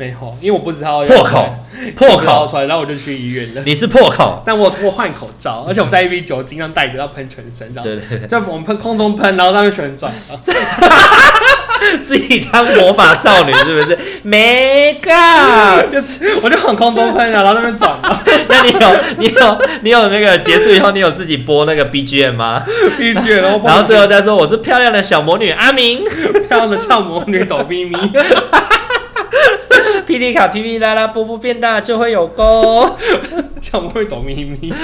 Speaker 2: 没有，因为我不知道要
Speaker 1: 破口
Speaker 2: 我
Speaker 1: 破
Speaker 2: 不知道要
Speaker 1: 口，
Speaker 2: 出来，然后我就去医 院了。
Speaker 1: 你是破口，
Speaker 2: 但我我换口罩，而且我带一杯酒精，让带着要喷全身，这样
Speaker 1: 对对
Speaker 2: 就我们喷空中喷，然后上面旋转，啊
Speaker 1: 对， 自己当魔法少女是不是？ 没干，
Speaker 2: 就是我就很空中喷，啊然后在那边转，
Speaker 1: 那你有你有你有那个结束以后，你有自己播那个 BGM 吗？
Speaker 2: 闭嘴，然后
Speaker 1: 然后最后再说我是漂亮的小魔女阿 明，
Speaker 2: 漂亮的像魔女抖咪咪，
Speaker 1: 霹雳卡噼噼啦啦波波变大就会有勾。
Speaker 2: 像魔女抖咪咪，
Speaker 1: 你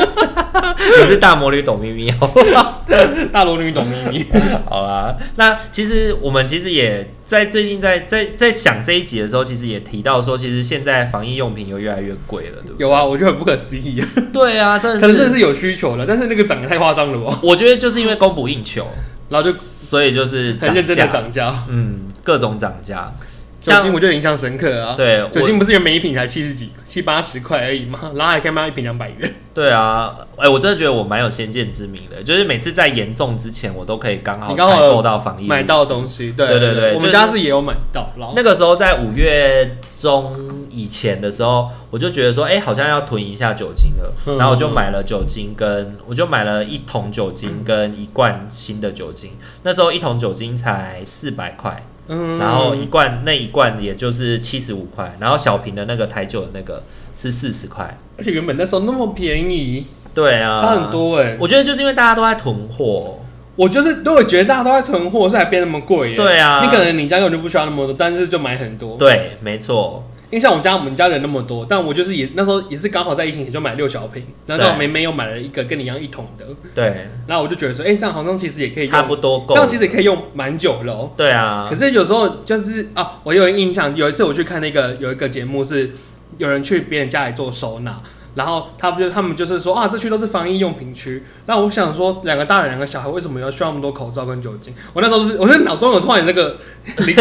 Speaker 1: 是大魔女董咪咪哦。
Speaker 2: 大龙女抖咪咪，
Speaker 1: 好啦，那其实我们其实也在最近在在在想这一集的时候，其实也提到说，其实现在防疫用品又越来越贵了，对不对？
Speaker 2: 有啊，我觉得很不可思议，
Speaker 1: 对啊，真
Speaker 2: 可
Speaker 1: 的
Speaker 2: 能真的
Speaker 1: 是。
Speaker 2: 是有需求的，但是那个涨得太夸张了哦，
Speaker 1: 我觉得就是因为供不应求，
Speaker 2: 然 后就
Speaker 1: 所以就是
Speaker 2: 很认真的
Speaker 1: 价，
Speaker 2: 涨价，
Speaker 1: 嗯，各种涨价。
Speaker 2: 酒精我就印象深刻啊。
Speaker 1: 对，
Speaker 2: 酒
Speaker 1: 我
Speaker 2: 精不是原本一瓶才七十几、七八十块而已吗？然后还可以卖到一瓶两百 元，
Speaker 1: 对啊，哎、我真的觉得我蛮有先见之明的，就是每次在严重之前，我都可以刚好
Speaker 2: 你
Speaker 1: 采
Speaker 2: 刚好
Speaker 1: 购到防疫物
Speaker 2: 买到东西，对
Speaker 1: 对对对
Speaker 2: 我
Speaker 1: 就
Speaker 2: 们
Speaker 1: 是
Speaker 2: 家是也有买到，然后
Speaker 1: 那个时候在五月中以前的时候，我就觉得说，哎、好像要囤一下酒精了，
Speaker 2: 嗯
Speaker 1: 然后我就买了酒精跟，我就买了一桶酒精跟一罐新的酒精。那时候一桶酒精才四百块，
Speaker 2: 嗯
Speaker 1: 然后一罐那一罐也就是七十五块，然后小瓶的那个台酒的那个是四十块。
Speaker 2: 而且原本那时候那么便宜，
Speaker 1: 对啊，
Speaker 2: 差很。多哎、
Speaker 1: 我觉得就是因为大家都在囤货，
Speaker 2: 我就是都有觉得大家都在囤货，所以还变那么贵、耶。
Speaker 1: 对啊
Speaker 2: 你可能你家根本就不需要那么多，但是就买很多。，
Speaker 1: 对，没错，
Speaker 2: 因为像我们家，我们家人那么多，但我就是也那时候也是刚好在疫情前就买六小瓶，然后
Speaker 1: 对
Speaker 2: 我妹妹又买了一个跟你一样一桶的，
Speaker 1: 对，
Speaker 2: 然后我就觉得说，哎、这样好像其实也可以用，
Speaker 1: 差不多够。
Speaker 2: 这样其实也可以用蛮久了哦、
Speaker 1: 对啊
Speaker 2: 可，是有时候就是啊，我有印象，有一次我去看那个有一个节目是有人去别人家里做收纳，然后他不就他们就是说啊，这区都是防疫用品区。那我想说，两个大人两个小孩为什么要需要那么多口罩跟酒精？我那时候、就是，我是脑中有突然有这个 灵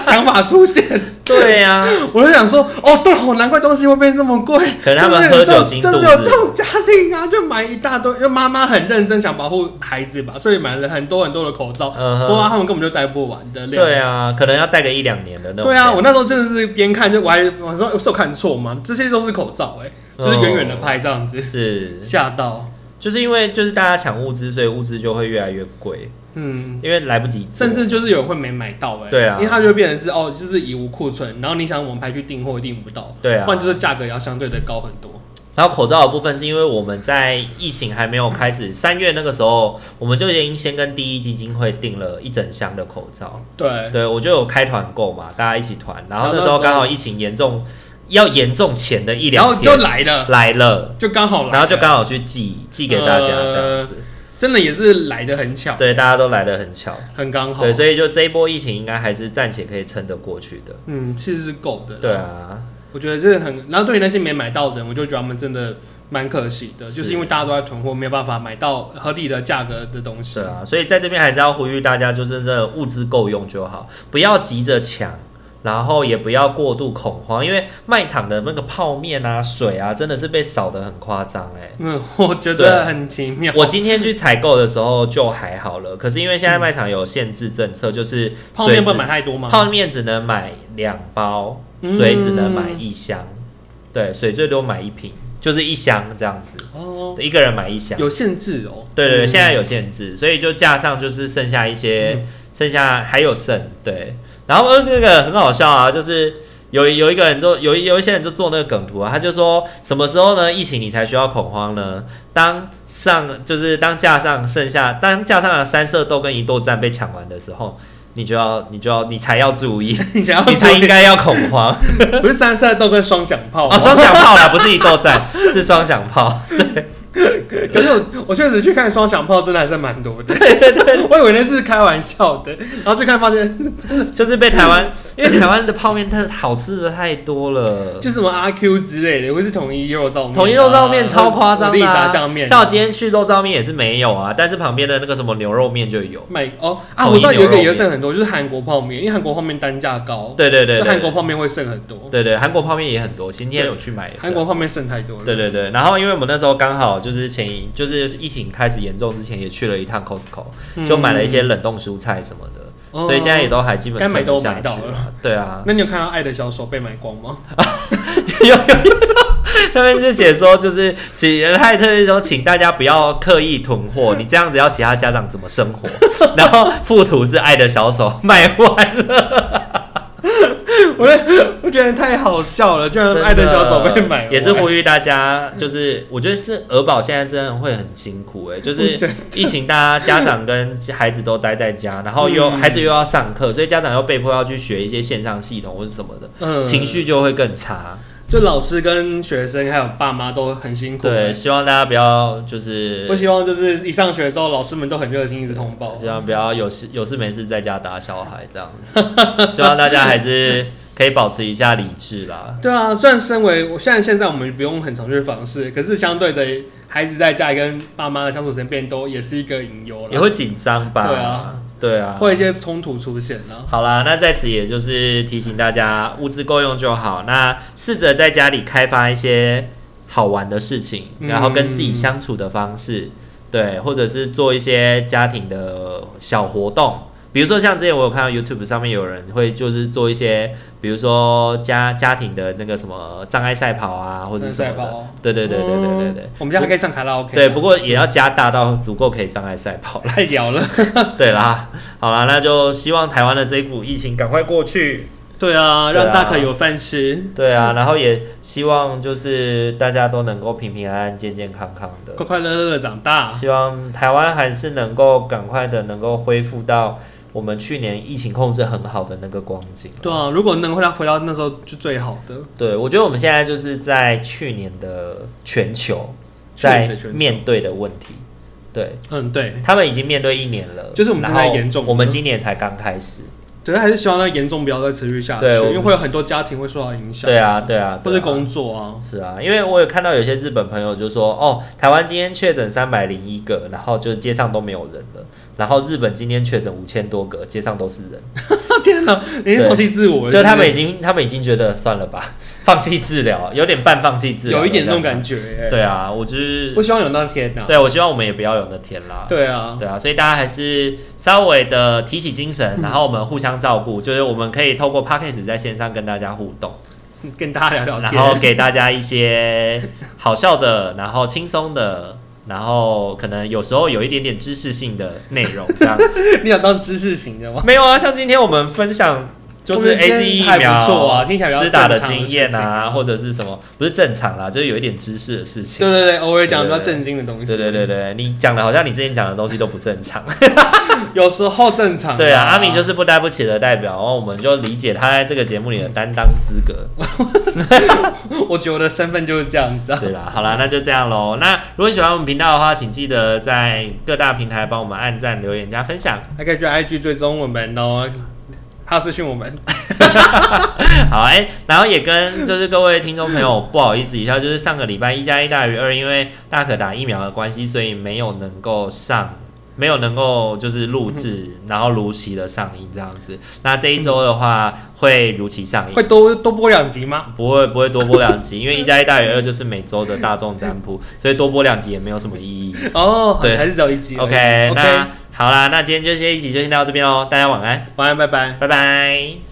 Speaker 2: 想法出现，
Speaker 1: 对啊，
Speaker 2: 我就想说，哦，对哦，难怪东西会变这么贵。
Speaker 1: 可能他们
Speaker 2: 就是有
Speaker 1: 喝
Speaker 2: 这种
Speaker 1: 酒精
Speaker 2: 就是
Speaker 1: 肚
Speaker 2: 有
Speaker 1: 子
Speaker 2: 这种家庭啊，就买一大堆，因为妈妈很认真想保护孩子吧，所以买了很多很多的口罩，
Speaker 1: 嗯哼
Speaker 2: 不然他们根本就戴不完的量。
Speaker 1: 对啊，可能要戴个一两年的那种
Speaker 2: 对
Speaker 1: 量。
Speaker 2: 啊，我那时候真的是边看就我还我说是有看错吗？这些都是口罩哎、
Speaker 1: 哦
Speaker 2: 就是远远的拍这样子，
Speaker 1: 是
Speaker 2: 吓到，
Speaker 1: 就是因为就是大家抢物资，所以物资就会越来越贵，
Speaker 2: 嗯，
Speaker 1: 因为来不及做，
Speaker 2: 甚至就是有人会没买到哎、
Speaker 1: 对啊
Speaker 2: 因为它就变成是哦，就是已无库存，然后你想我们派去订货订不到，
Speaker 1: 对啊
Speaker 2: 不然就是价格也要相对的高很多，
Speaker 1: 然后口罩的部分是因为我们在疫情还没有开始，三月那个时候，我们就已经先跟第一基金会订了一整箱的口罩。
Speaker 2: 对，
Speaker 1: 对，我就有开团购嘛，大家一起团，然
Speaker 2: 然
Speaker 1: 后
Speaker 2: 后
Speaker 1: 那
Speaker 2: 那
Speaker 1: 时
Speaker 2: 时
Speaker 1: 候
Speaker 2: 候
Speaker 1: 刚好疫情严重，要严重前的一
Speaker 2: 然
Speaker 1: 两
Speaker 2: 后就
Speaker 1: 天
Speaker 2: 来了，
Speaker 1: 来了，
Speaker 2: 就刚好来了，啊呃
Speaker 1: 然后就刚好去寄寄给大家这样子。
Speaker 2: 真的也是来的很巧，
Speaker 1: 对，大家都来的很巧。
Speaker 2: 很刚好
Speaker 1: 对，，所以就这一波疫情应该还是暂且可以撑得过去的。
Speaker 2: 嗯，其实是够的，
Speaker 1: 对啊，
Speaker 2: 我觉得这很，然后对于那些没买到的人，我就觉得他们真的蛮可惜的，
Speaker 1: 是
Speaker 2: 就是因为大家都在囤货，没有办法买到合理的价格的东西
Speaker 1: 是。啊，所以在这边还是要呼吁大家，就是这物资够用就好，不要急着抢。然后也不要过度恐慌，因为卖场的那个泡面啊、水啊，真的是被扫得很夸张哎、
Speaker 2: 嗯，我觉
Speaker 1: 对
Speaker 2: 得很奇妙。
Speaker 1: 我今天去采购的时候就还好了，可是因为现在卖场有限制政策，就是
Speaker 2: 嗯泡面不
Speaker 1: 水
Speaker 2: 能
Speaker 1: 只
Speaker 2: 买太多吗？
Speaker 1: 泡面只能买两包，水只能买
Speaker 2: 嗯
Speaker 1: 一箱，对，水最多买一瓶，就是一箱这样子，
Speaker 2: 哦，
Speaker 1: 一个人买一箱。
Speaker 2: 有限制哦。
Speaker 1: 对对对，
Speaker 2: 嗯
Speaker 1: 现在有限制，所以就架上就是剩下一些，剩下还有剩对。然后呃那个很好笑啊，就是有有一个人就有有一些人就做那个梗图啊，他就说什么时候呢疫情你才需要恐慌呢？当上就是当架上剩下当架上的三色豆跟一豆站被抢完的时候，你就要你就要你才要注意，
Speaker 2: 你 才要
Speaker 1: 你才
Speaker 2: 注意
Speaker 1: 应该要恐慌
Speaker 2: 不是三色豆跟双响炮
Speaker 1: 哦，
Speaker 2: 吗？
Speaker 1: 双响炮啦，不是一豆站，是双响炮。
Speaker 2: 可是我我确实去看双响炮，真的还是蛮多的。 我以为那是开玩笑的，然后就看发现
Speaker 1: 就是被台湾，因为台湾的泡面太好吃的太多了。
Speaker 2: 嗯就什么阿 Q 之类的，或是统一肉燥面啊、
Speaker 1: 统一肉燥面超夸张
Speaker 2: 力
Speaker 1: 的、
Speaker 2: 炸
Speaker 1: 啊，
Speaker 2: 酱面啊，
Speaker 1: 像我今天去肉燥面也是没有啊，但是旁边的那个什么牛肉面就有。
Speaker 2: 买哦啊，
Speaker 1: 统一
Speaker 2: 我知道有一
Speaker 1: 牛
Speaker 2: 个
Speaker 1: 肉面
Speaker 2: 也剩很多，就是韩国泡面，因为韩国泡面单价高，
Speaker 1: 对对对
Speaker 2: 所以韩国
Speaker 1: 对，
Speaker 2: 泡面会剩很多，
Speaker 1: 对对韩国泡面也很多，今天有去买也是
Speaker 2: 韩
Speaker 1: 啊。
Speaker 2: 国泡面剩太多了。
Speaker 1: 对对对，然后因为我们那时候刚好就是前一就是疫情开始严重之前，也去了一趟 Costco，
Speaker 2: 嗯
Speaker 1: 就买了一些冷冻蔬菜什么的。
Speaker 2: 哦
Speaker 1: 所以现在也都还基本
Speaker 2: 该买
Speaker 1: 撑
Speaker 2: 都
Speaker 1: 不下
Speaker 2: 买
Speaker 1: 去
Speaker 2: 到
Speaker 1: 了。对啊，
Speaker 2: 那你有看到《爱的小手》被买光 吗？
Speaker 1: 有有有，上面是写说就是请他也特别说，请大家不要刻意囤 货，你这样子要其他家长怎么生活？ 然后附图是爱的小手卖完 了，
Speaker 2: 我觉得我觉得太好笑了，居然《爱的小手》被 买完，
Speaker 1: 也是呼吁大家，就是我觉得是鹅宝现在真的会很辛苦哎、就是
Speaker 2: 真
Speaker 1: 疫情，大家家长跟孩子都待在家，然后又、
Speaker 2: 嗯
Speaker 1: 孩子又要上课，所以家长又被迫要去学一些线上系统或是什么的，
Speaker 2: 嗯
Speaker 1: 情绪就会更差。
Speaker 2: 就老师跟学生还有爸妈都很辛苦，
Speaker 1: 对，，希望大家不要就是
Speaker 2: 不希望就是一上学之后，老师们都很热心，一直通报
Speaker 1: 希。望不要有事有事没事在家打小孩这样子。 希望大家还是可以保持一下理智啦。
Speaker 2: 对啊，虽然身为我虽然现在我们不用很常去访视，可是相对的，孩子在家里跟爸妈的相处时间变多，也是一个隐忧
Speaker 1: 也
Speaker 2: 了，
Speaker 1: 会紧张吧？
Speaker 2: 对啊，
Speaker 1: 对啊。
Speaker 2: 会有一些冲突出现啊了。
Speaker 1: 好啦，那在此也就是提醒大家，物资够用就好。那试着在家里开发一些好玩的事情，
Speaker 2: 嗯
Speaker 1: 然后跟自己相处的方式，对，或者是做一些家庭的小活动。比如说像之前我有看到 YouTube 上面有人会就是做一些，比如说家家庭的那个什么障碍赛跑啊，或者是什么
Speaker 2: 障碍赛跑
Speaker 1: 的。对对对对对对对
Speaker 2: 嗯。我们家还可以唱卡拉 OK，
Speaker 1: 对，不过也要加大到足够可以障碍赛跑。
Speaker 2: 太屌了。
Speaker 1: 对啦，好啦，那就希望台湾的这一股疫情赶快过去。
Speaker 2: 对啊，
Speaker 1: 对啊
Speaker 2: 让大可有饭吃，
Speaker 1: 对啊，然后也希望就是大家都能够平平安安、健健康康的。
Speaker 2: 快快乐乐的长大。
Speaker 1: 希望台湾还是能够赶快的能够恢复到我们去年疫情控制很好的那个光景。
Speaker 2: 对啊，如果能回到回到那时候就最好的。
Speaker 1: 对，我觉得我们现在就是在去年的全球
Speaker 2: 去年
Speaker 1: 在
Speaker 2: 的全球
Speaker 1: 面对的问题，对
Speaker 2: 嗯，对，
Speaker 1: 他们已经面对一年了，
Speaker 2: 就是我们
Speaker 1: 然
Speaker 2: 正在
Speaker 1: 后
Speaker 2: 严重
Speaker 1: 我们
Speaker 2: 的
Speaker 1: 今年才刚开始。
Speaker 2: 可是还是希望那个严重不要再持续下去，
Speaker 1: 对我们
Speaker 2: 因为会有很多家庭会受到影响。
Speaker 1: 对啊，对啊，
Speaker 2: 或
Speaker 1: 对
Speaker 2: 是
Speaker 1: 啊
Speaker 2: 工作啊，
Speaker 1: 是啊，因为我有看到有些日本朋友就说，哦，台湾今天确诊三百零一个，然后就街上都没有人了，然后日本今天确诊五千多个，街上都是人，
Speaker 2: 天哪，你是
Speaker 1: 对
Speaker 2: 放弃自我了，
Speaker 1: 就他们已
Speaker 2: 是
Speaker 1: 经他们已经觉得算了吧，放弃治疗，有点半放弃
Speaker 2: 不
Speaker 1: 治
Speaker 2: 是
Speaker 1: 疗，
Speaker 2: 有一点那种感
Speaker 1: 觉。
Speaker 2: 觉耶。
Speaker 1: 啊对啊，我就是
Speaker 2: 不希望有那天啊呐。
Speaker 1: 对，啊我希望我们也不要有那天啦。
Speaker 2: 对啊，
Speaker 1: 对啊，所以大家还是稍微的提起精神，然后我们互相照顾，就是我们可以透过 podcast 在线上跟大家互动。
Speaker 2: 跟大家聊聊
Speaker 1: 然后
Speaker 2: 天。
Speaker 1: 给大家一些好笑的，然后轻松的，然后可能有时候有一点点知识性的内容，这样
Speaker 2: 你想当知识型的吗？
Speaker 1: 没有啊？像今天我们分 享就
Speaker 2: 我
Speaker 1: 是
Speaker 2: 们
Speaker 1: A
Speaker 2: 今天
Speaker 1: Z 疫
Speaker 2: 还不
Speaker 1: 苗
Speaker 2: 错啊听起来比较
Speaker 1: 施打的
Speaker 2: 正常的
Speaker 1: 经验
Speaker 2: 事情
Speaker 1: 啊，
Speaker 2: 啊
Speaker 1: 或者是什么不是正常啦，就是有一点知识的事
Speaker 2: 对
Speaker 1: 情。
Speaker 2: 对对， 偶尔讲比较
Speaker 1: 对对对
Speaker 2: 正经的东西。
Speaker 1: 对对对对，你讲的好像你之前讲的东西都不正常。
Speaker 2: 有时候正常。
Speaker 1: 对啊，阿米就是是不待不起的代表，然后我们就理解他在这个节目里的担当资格。
Speaker 2: 我觉得我的身份就是这样子啊。
Speaker 1: 对啦，好啦，那就这样喽。那如果你喜欢我们频道的话，请记得在各大平台帮我们按赞、留言、加分享。
Speaker 2: 还可以去 IG 追踪我们哦，还有私讯我们。
Speaker 1: 嗯好，哎、然后也跟就是各位听众朋友不好意思一下，就是上个礼拜一加一大于二，因为大可打疫苗的关系，所以没有能够上。没有能够就是录制，然后如期的上映这样子。那这一周的话会如期上映
Speaker 2: 会，多多播两集吗？
Speaker 1: 不会不会多播两集，因为一加一大于二就是每周的大众占卜，所以多播两集也没有什么意义。
Speaker 2: 哦，
Speaker 1: 对
Speaker 2: 还是只有一集而已。
Speaker 1: OK，
Speaker 2: OK，
Speaker 1: 那好啦，那今天就这一集就先到这边喽，大家晚安，
Speaker 2: 晚安，拜拜。
Speaker 1: 拜拜。